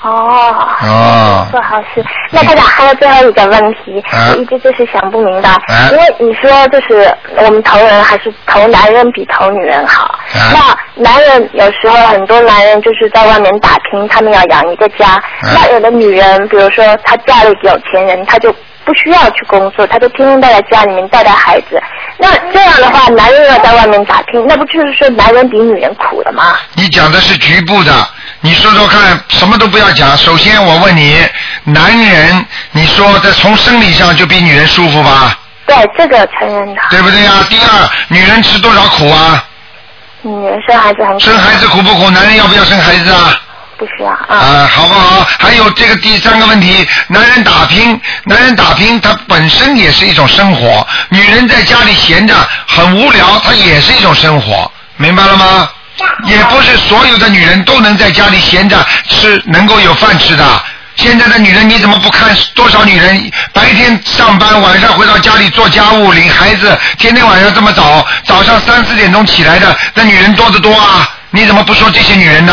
哦。哦。做好事。那台长还有最后一个问题，啊我一直就是想不明白，啊因为你说就是我们投人还是投男人比投女人好？啊那男人有时候很多男人就是在外面打拼，他们要养一个家。啊那有的女人，比如说她嫁了一个有钱人，她就不需要去工作，她就天天待在家里面带带孩子。那这样的话，男人要在外面打拼，那不就是说男人比女人苦了吗？你讲的是局部的，你说说看，什么都不要讲。首先我问你，男人，你说在从生理上就比女人舒服吧，对，这个承认的，对不对呀、第二，女人吃多少苦啊？女人生孩子很生孩子苦不苦？男人要不要生孩子啊？不需要。啊、好不好？还有这个第三个问题，男人打拼，男人打拼，他本身也是一种生活。女人在家里闲着很无聊，她也是一种生活，明白了吗？也不是所有的女人都能在家里闲着吃，能够有饭吃的。现在的女人你怎么不看？多少女人白天上班，晚上回到家里做家务、领孩子，天天晚上这么早，早上三四点钟起来的，那女人多得多啊！你怎么不说这些女人呢？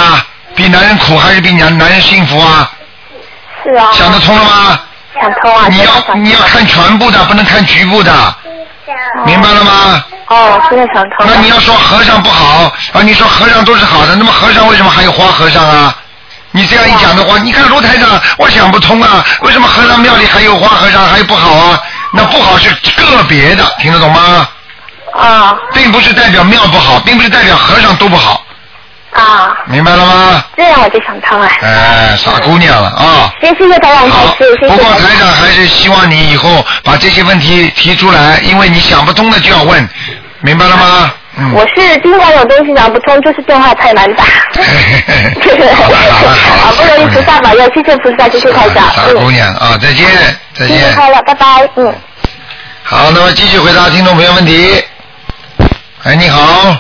比男人苦还是比男男人幸福啊？是啊。想得通了吗？想通哦啊。你要你要看全部的，不能看局部的，明白了吗？哦，现在想通了。那你要说和尚不好啊？你说和尚都是好的，那么和尚为什么还有花和尚啊？你这样一讲的话，你看卢台长，我想不通啊，为什么和尚庙里还有花和尚，还有不好啊？那不好是个别的，听得懂吗？啊。并不是代表庙不好，并不是代表和尚都不好，啊，明白了吗？这样我就想通了。哎，傻姑娘了啊！行，谢谢台长开示，谢谢不过台台长还是希望你以后把这些问题提出来，因为你想不通的就要问，明白了吗？嗯长。 我是经常有东西想不通，就是电话太难打。 好不容易菩萨保佑，谢谢菩萨，谢谢台长。嗯傻姑娘啊，再见，再新年见。快乐，拜拜。嗯，好，那么继续回答听众朋友问题。哎，你好。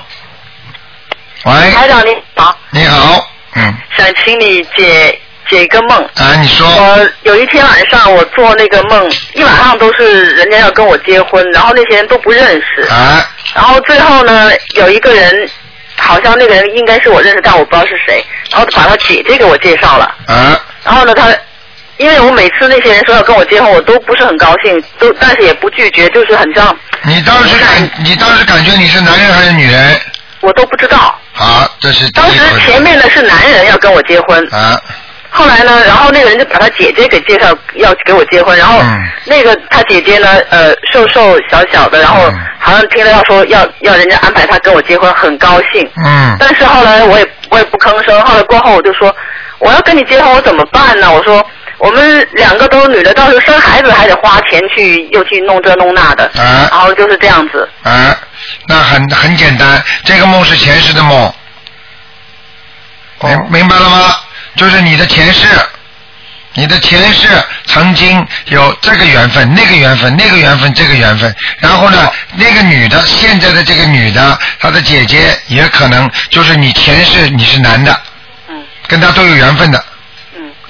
喂，台长你好，你好，嗯，想请你解解一个梦。啊，你说。我呃有一天晚上我做那个梦，一晚上都是人家要跟我结婚，然后那些人都不认识。啊。然后最后呢，有一个人，好像那个人应该是我认识，但我不知道是谁。然后把他姐姐给我介绍了。啊。然后呢，他因为我每次那些人说要跟我结婚，我都不是很高兴，都但是也不拒绝，就是很像你当时感，你当时感觉你是男人还是女人？我都不知道。好，这是第当一时回事前面呢是男人要跟我结婚，啊，后来呢，然后那个人就把他姐姐给介绍要给我结婚，然后嗯那个他姐姐呢，呃，瘦瘦小小的，然后嗯好像听了要说要要人家安排他跟我结婚，很高兴。嗯但是后来我也我也不吭声，后来过后我就说我要跟你结婚，我怎么办呢？我说我们两个都是女的，到时候生孩子还得花钱去又去弄这弄那的，啊然后就是这样子。啊，那很很简单，这个梦是前世的梦，明明白了吗？就是你的前世，你的前世曾经有这个缘分、那个缘分、那个缘分、这个缘分，然后呢，那个女的，现在的这个女的，她的姐姐也可能就是你前世你是男的，跟她都有缘分的，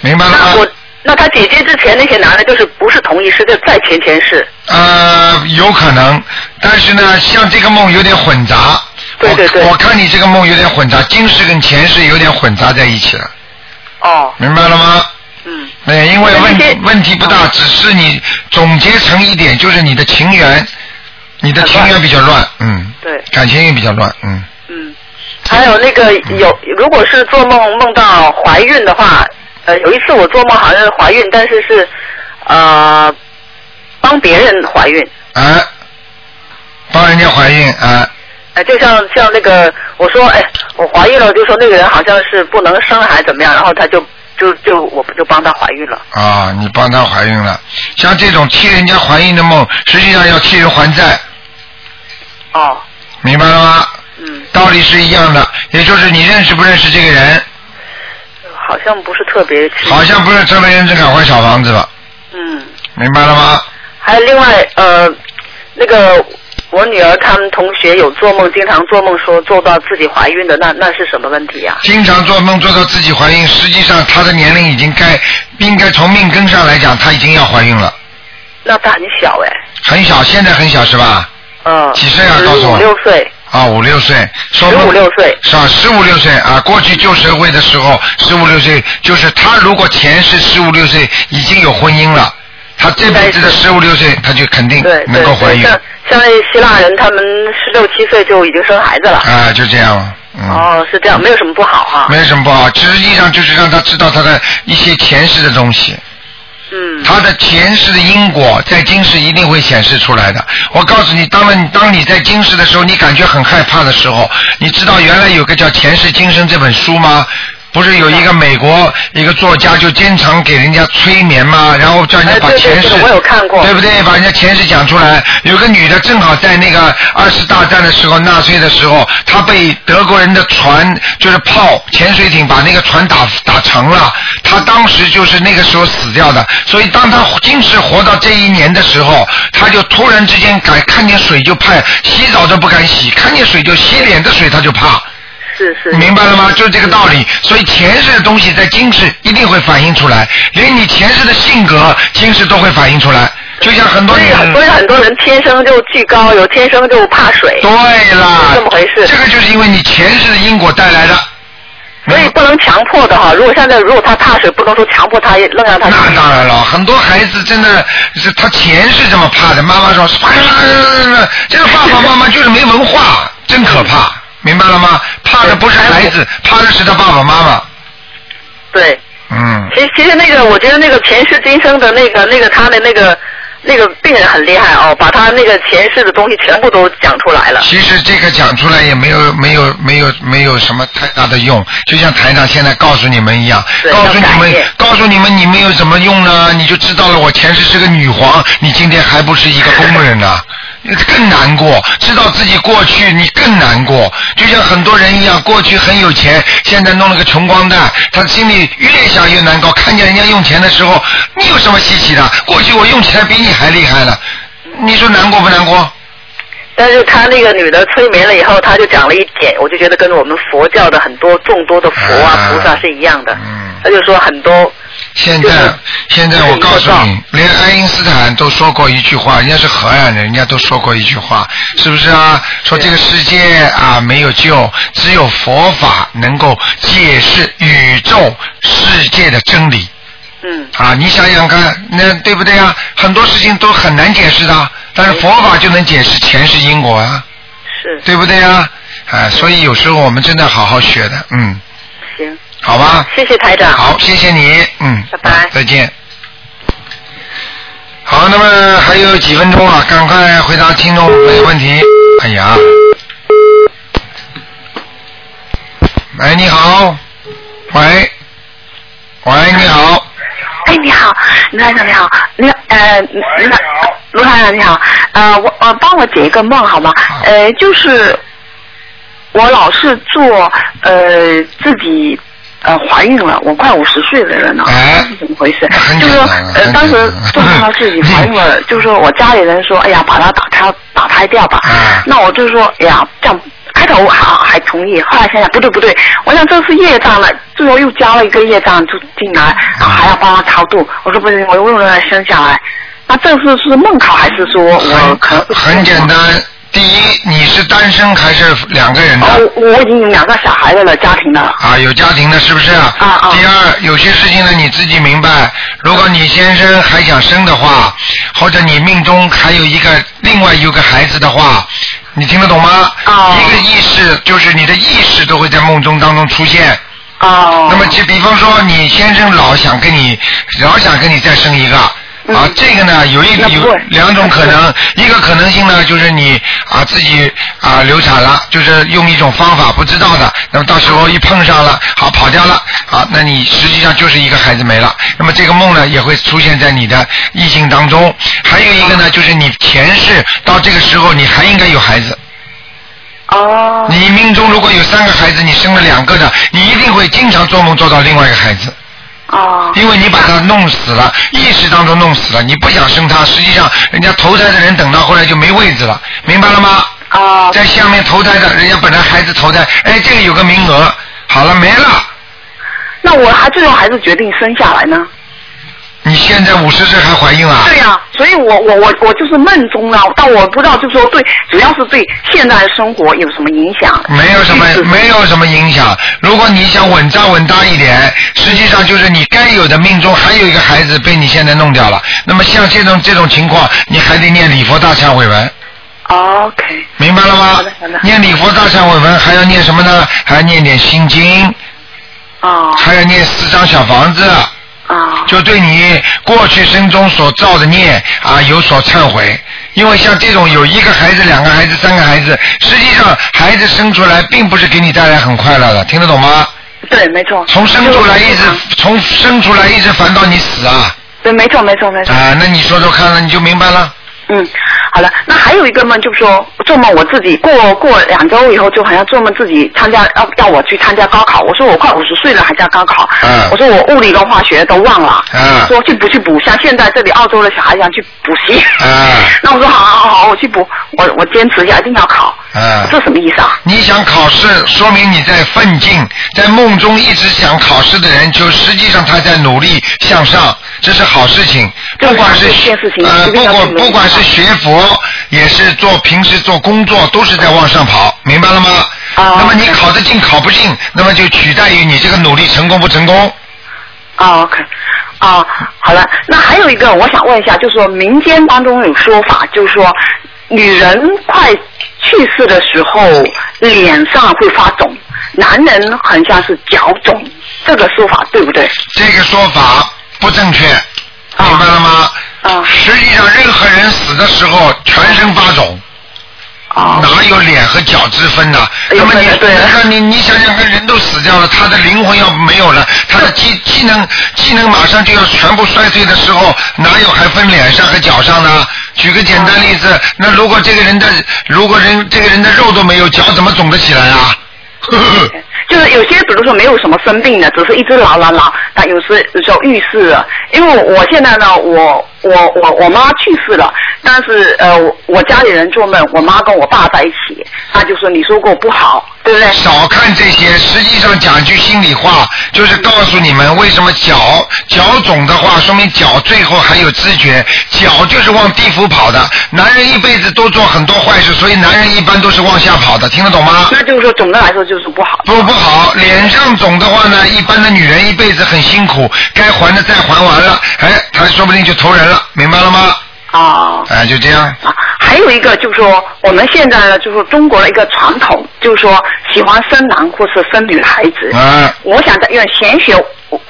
明白了吗？那他姐姐之前那些男的，就是不是同一世，就在前前世。呃，有可能，但是呢，像这个梦有点混杂。对对对我。我看你这个梦有点混杂，今世跟前世有点混杂在一起了。哦。明白了吗？嗯。哎，因为问题问题不大，只是你总结成一点，就是你的情缘，你的情缘比较乱，嗯，对，感情也比较乱，嗯，还有那个有，如果是做梦梦到怀孕的话，呃，有一次我做梦好像是怀孕，但是是呃帮别人怀孕，啊，帮人家怀孕啊，呃，就像像那个我说哎我怀孕了，就说那个人好像是不能生还怎么样，然后他就就就我就帮他怀孕了。啊，你帮她怀孕了，像这种替人家怀孕的梦，实际上要替人还债。哦。明白了吗？嗯。道理是一样的，也就是你认识不认识这个人，好像不是特别清楚好像不是特别认真赶换小房子吧？嗯，明白了吗？还有另外呃，那个我女儿她们同学有做梦，经常做梦说做到自己怀孕的，那那是什么问题呀、经常做梦做到自己怀孕，实际上她的年龄已经该应该从命根上来讲，她已经要怀孕了，那她很小哎，很小，现在很小是吧？嗯，几岁啊？告诉五我。六岁，啊，五六岁，说十五六岁是吧？十五六岁啊，过去旧社会的时候，十五六岁就是他如果前世十五六岁已经有婚姻了，他这辈子的十五六岁他就肯定对嗯能够怀对孕对像像那希腊人，他们十六七岁就已经生孩子了。啊，就这样了。哦，是这样，没有什么不好啊哈、没有什么不好，实际上就是让他知道他的一些前世的东西。嗯。他的前世的因果在今世一定会显示出来的。我告诉你，当然你当你在今世的时候，你感觉很害怕的时候，你知道原来有个叫《前世今生》这本书吗？不是有一个美国一个作家就经常给人家催眠吗？然后叫人家把前世，哎对不对？把人家前世讲出来。有个女的正好在那个二次大战的时候，纳粹的时候，她被德国人的船就是炮潜水艇把那个船打打沉了。她当时就是那个时候死掉的，所以当她今世活到这一年的时候，她就突然之间感看见水就怕，洗澡都不敢洗，看见水就洗脸的水她就怕。是是。明白了吗？就是这个道理。所以前世的东西在今世一定会反映出来，连你前世的性格，今世都会反映出来。就像很多人，所以很多人天生就巨高，有天生就怕水。对啦，这么回事。这个就是因为你前世的因果带来的。所以不能强迫的哈，如果现在如果他怕水，不能说强迫他，也愣让他。那当然了，很多孩子真的是他前世这么怕的，妈妈说，哎、这个爸爸妈妈就是没文化，真可怕，明白了吗？怕的不是孩子，怕的是他爸爸妈妈。对。嗯。其实其实那个，我觉得那个前世今生的那个那个他的那个。那个病人很厉害哦，把他那个前世的东西全部都讲出来了。其实这个讲出来也没有没有没有没有什么太大的用，就像台长现在告诉你们一样，告诉你们告诉你们你们有什么用呢？你就知道了，我前世是个女皇，你今天还不是一个工人呢、啊。更难过，知道自己过去你更难过，就像很多人一样，过去很有钱，现在弄了个穷光蛋，他心里越想越难搞。看见人家用钱的时候，你有什么稀奇的？过去我用钱比你还厉害了，你说难过不难过？但是他那个女的催眠了以后，他就讲了一点，我就觉得跟我们佛教的很多众多的佛啊、菩萨是一样的。他就说很多。现在，现在我告诉你，连爱因斯坦都说过一句话，人家是荷兰人，人家都说过一句话，是不是啊？说这个世界啊没有救，只有佛法能够解释宇宙世界的真理。嗯。啊，你想想看，那对不对啊？很多事情都很难解释的，啊但是佛法就能解释前世因果啊，是，对不对啊？啊，所以有时候我们真的好好学的，嗯。行。好吧，谢谢台长。好，谢谢你，嗯，拜拜，再见。好，那么还有几分钟了，赶快回答听众朋友问题。哎呀，喂，你好，喂，喂，你好。哎，你好，卢台长你好，你呃，卢卢台长你好，呃，我我帮我解一个梦好吗？呃，就是我老是做呃自己。呃，怀孕了，我快五十岁的人了，是怎么回事？就是说，呃，当时做梦到自己怀孕了，就是说我家里人说，哎呀，把她打胎打胎掉吧。啊那我就说，哎呀，这样开头我还还同意，后来想想不对不对，我想这是业障了，最后又加了一个业障就进来，然后还要帮他超度。我说不行，我又让他生下来。那这是是梦考还是说我啊可能很简单。第一，你是单身还是两个人的？哦，我已经有两个小孩子了，家庭的。啊，有家庭的，是不是？啊啊。第二，有些事情呢，你自己明白。如果你先生还想生的话，或者你命中还有一个另外有个孩子的话，你听得懂吗？啊。一个意识就是你的意识都会在梦中当中出现。哦。那么，就比方说，你先生老想跟你，老想跟你再生一个。啊，这个呢，有一有两种可能，一个可能性呢，就是你啊自己啊流产了，就是用一种方法不知道的，那么到时候一碰上了，好跑掉了，啊，那你实际上就是一个孩子没了。那么这个梦呢，也会出现在你的意境当中。还有一个呢，就是你前世到这个时候，你还应该有孩子。哦。你命中如果有三个孩子，你生了两个的，你一定会经常做梦做到另外一个孩子。哦，因为你把他弄死了，意识当中弄死了，你不想生他，实际上人家投胎的人等到后来就没位置了，明白了吗？哦，在下面投胎的人家本来孩子投胎，哎，这个有个名额，好了没了。那我还最后还是决定生下来呢。你现在五十岁还怀孕啊？对呀、啊，所以我我我我就是梦中了，但我不知道，就说对，主要是对现在的生活有什么影响？没有 什么，没有什么影响。如果你想稳扎稳打一点，实际上就是你该有的命中还有一个孩子被你现在弄掉了。那么像这种这种情况，你还得念礼佛大忏悔文。 OK。明白了吗？好的好的。念礼佛大忏悔文还要念什么呢？还要念点心经。哦。还要念四张小房子。就对你过去生中所造的孽啊有所忏悔，因为像这种有一个孩子、两个孩子、三个孩子，实际上孩子生出来并不是给你带来很快乐的，听得懂吗？对，没错。从生出来一直从生出来一直烦到你死啊！对，没错，没错，没错。啊，那你说说看了，你就明白了。嗯，好了，那还有一个梦就是说，做梦我自己过过两周以后，就好像做梦自己参加要要我去参加高考，我说我快五十岁了还加高考，我说我物理跟化学都忘了，嗯说去补去补，像现在这里澳洲的小孩想去补习，嗯 那我说好好好，我去补，我我坚持一下，一定要考，嗯，这什么意思啊？你想考试，说明你在奋进，在梦中一直想考试的人，就实际上他在努力向上，这是好事情。不管是呃，不管不管是学佛，也是做平时做工作，都是在往上跑，明白了吗？那么你考得进考不进，那么就取代于你这个努力成功不成功。哦，OK，哦，好了，那还有一个我想问一下，就是说民间当中有说法，就是说女人快去世的时候脸上会发肿，男人很像是脚肿，这个说法对不对？这个说法不正确，明白了吗？实际上，任何人死的时候全身发肿，哦哪有脸和脚之分呢？那么你，那你你想想看，人都死掉了，他的灵魂要没有了，他的机机能机能马上就要全部衰退的时候，哪有还分脸上和脚上呢？举个简单例子，那如果这个人的如果人这个人的肉都没有，脚怎么肿得起来啊？ 就是有些，比如说没有什么生病的，只是一直老老老，但有时有时候遇事了。因为我现在呢，我我我我妈去世了，但是呃，我我家里人做梦，我妈跟我爸在一起，他就说你说过不好，对不对？少看这些，实际上讲句心里话，就是告诉你们为什么脚脚肿的话，说明脚最后还有知觉，脚就是往地府跑的。男人一辈子都做很多坏事，所以男人一般都是往下跑的，听得懂吗？那就是说总的来说就是不好。不不好，脸上肿的话呢，一般的女人一辈子很辛苦，该还的债还完了，哎，她说不定就投人了，明白了吗？啊，哎，就这样。还有一个就是说，我们现在呢，就是说中国的一个传统，就是说喜欢生男或是生女孩子。嗯我想在用玄学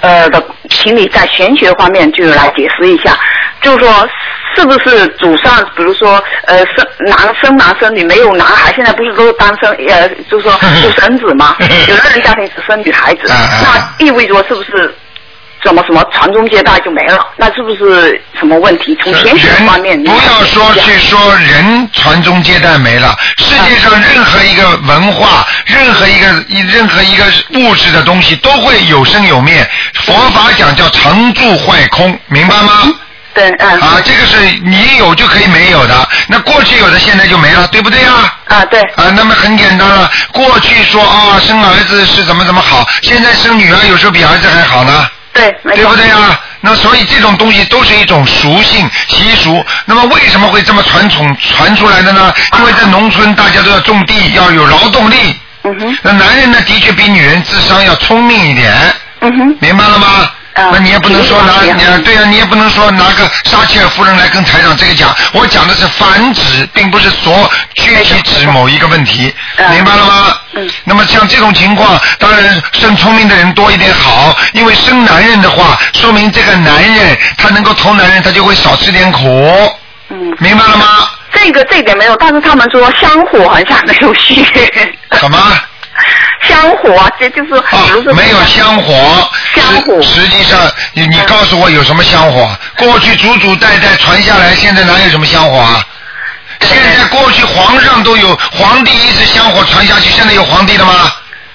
呃的，请你在玄学方面就来解释一下，就是说是不是祖上，比如说呃生男生男生女没有男孩，现在不是都是单身呃，就是说独生子嘛，嗯有的人家庭只生女孩啊子，那意味着是不是？怎么什么传宗接代就没了？那是不是什么问题？从玄学方面，不要说去说人传宗接代没了，世界上任何一个文化、任何一个一任何一个物质的东西都会有生有灭。佛法讲叫常住坏空，明白吗？对，嗯。啊，这个是你有就可以没有的，那过去有的现在就没了，对不对啊？啊，对。啊，那么很简单了，过去说啊生儿子是怎么怎么好，现在生女儿有时候比儿子还好呢。对，对不对啊？那所以这种东西都是一种俗性习俗。那么为什么会这么传统传出来的呢？因为在农村大家都要种地，要有劳动力。嗯哼。那男人呢，的确比女人智商要聪明一点。嗯哼。明白了吗？那你也不能说拿你啊对呀、你也不能说拿个撒切尔夫人来跟台长这个讲，我讲的是繁殖，并不是所具体指某一个问题，明白了吗？嗯。那么像这种情况，当然生聪明的人多一点好，因为生男人的话，说明这个男人他能够投男人，他就会少吃点苦。嗯。明白 了吗？这个这一点没有，但是他们说香火好像没有虚。什么？香火，这就是啊，没有香火，香火。嗯实际上，你你告诉我有什么香火？过去祖祖代代传下来，现在哪有什么香火啊？现在过去皇上都有，皇帝一直香火传下去，现在有皇帝了吗？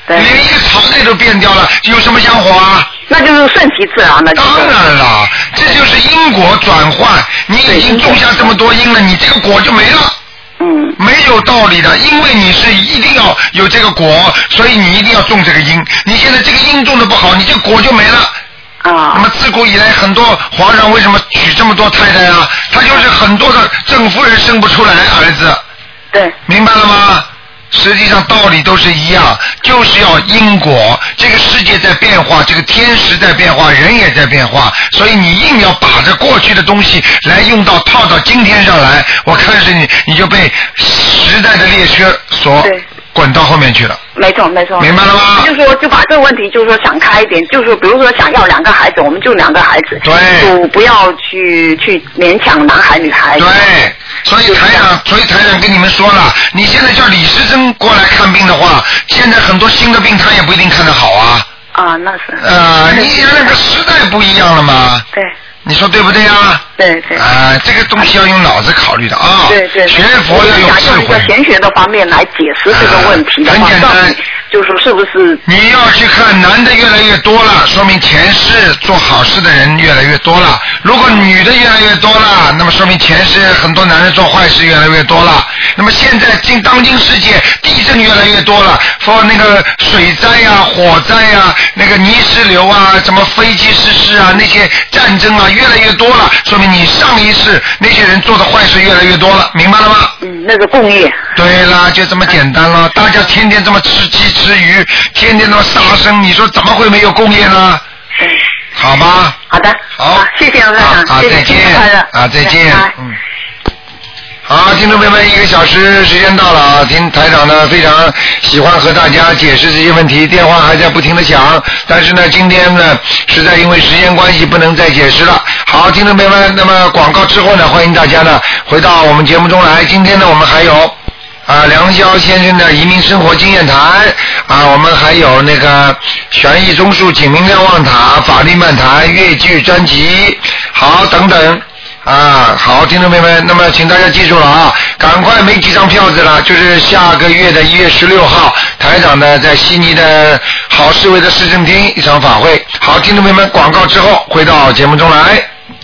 连一个朝代都变掉了，有什么香火啊？那就是顺其自然了。当然了，这就是因果转换。你已经种下这么多因了，你这个果就没了。嗯。没有道理的，因为你是一定要有这个果，所以你一定要种这个因。你现在这个因种的不好，你这果就没了。啊。那么自古以来，很多皇上为什么娶这么多太太啊？他就是很多的正夫人生不出来儿子。对。明白了吗？实际上道理都是一样，就是要因果。这个世界在变化，这个天时在变化，人也在变化，所以你硬要把着过去的东西来用到套到今天上来，我看是你你就被时代的列车所滚到后面去了。没错，没错。明白了吗？哦就是说，就把这个问题，就是说想开一点，就是说，比如说想要两个孩子，我们就两个孩子，对就不要去去勉强男孩女孩。对，所以台长，所以台长跟你们说了，你现在叫李时珍过来看病的话，现在很多新的病他也不一定看得好啊。啊，那是。呃呃，你那个时代不一样了嘛。对。你说对不对啊？对对。啊，这个东西要用脑子考虑的啊。对对，学佛要我用想智用一慧个。玄学的方面来解释这个问题的话，很简单到底就是是不是你要去看男的越来越多了，说明前世做好事的人越来越多了。如果女的越来越多了，那么说明前世很多男人做坏事越来越多了。那么现在今当今世界地震越来越多了，说那个水灾呀、火灾呀、那个泥石流啊、什么飞机失事啊、那些战争啊越来越多了，说明你上一世那些人做的坏事越来越多了，明白了吗？嗯，那个共业。对啦，就这么简单嗯了。大家天天这么吃鸡吃鱼，天天这么杀生，你说怎么会没有共业呢？好吗？好的？好，谢谢卢台长啊，谢谢再新年见快乐啊，再拜见拜，嗯。好，听众朋友们，一个小时时间到了啊！听台长呢非常喜欢和大家解释这些问题，电话还在不停的响，但是呢，今天呢实在因为时间关系不能再解释了。好，听众朋友们，那么广告之后呢，欢迎大家呢回到我们节目中来。今天呢，我们还有。啊，梁霄先生的移民生活经验谈啊，我们还有那个悬疑综述《警民瞭望塔》《法律漫谈》越剧专辑，好等等啊，好，听众朋友们，那么请大家记住了啊，赶快没几张票子了，就是下个月的一月十六号，台长呢在悉尼的好市委的市政厅一场法会。好，听众朋友们，广告之后回到节目中来。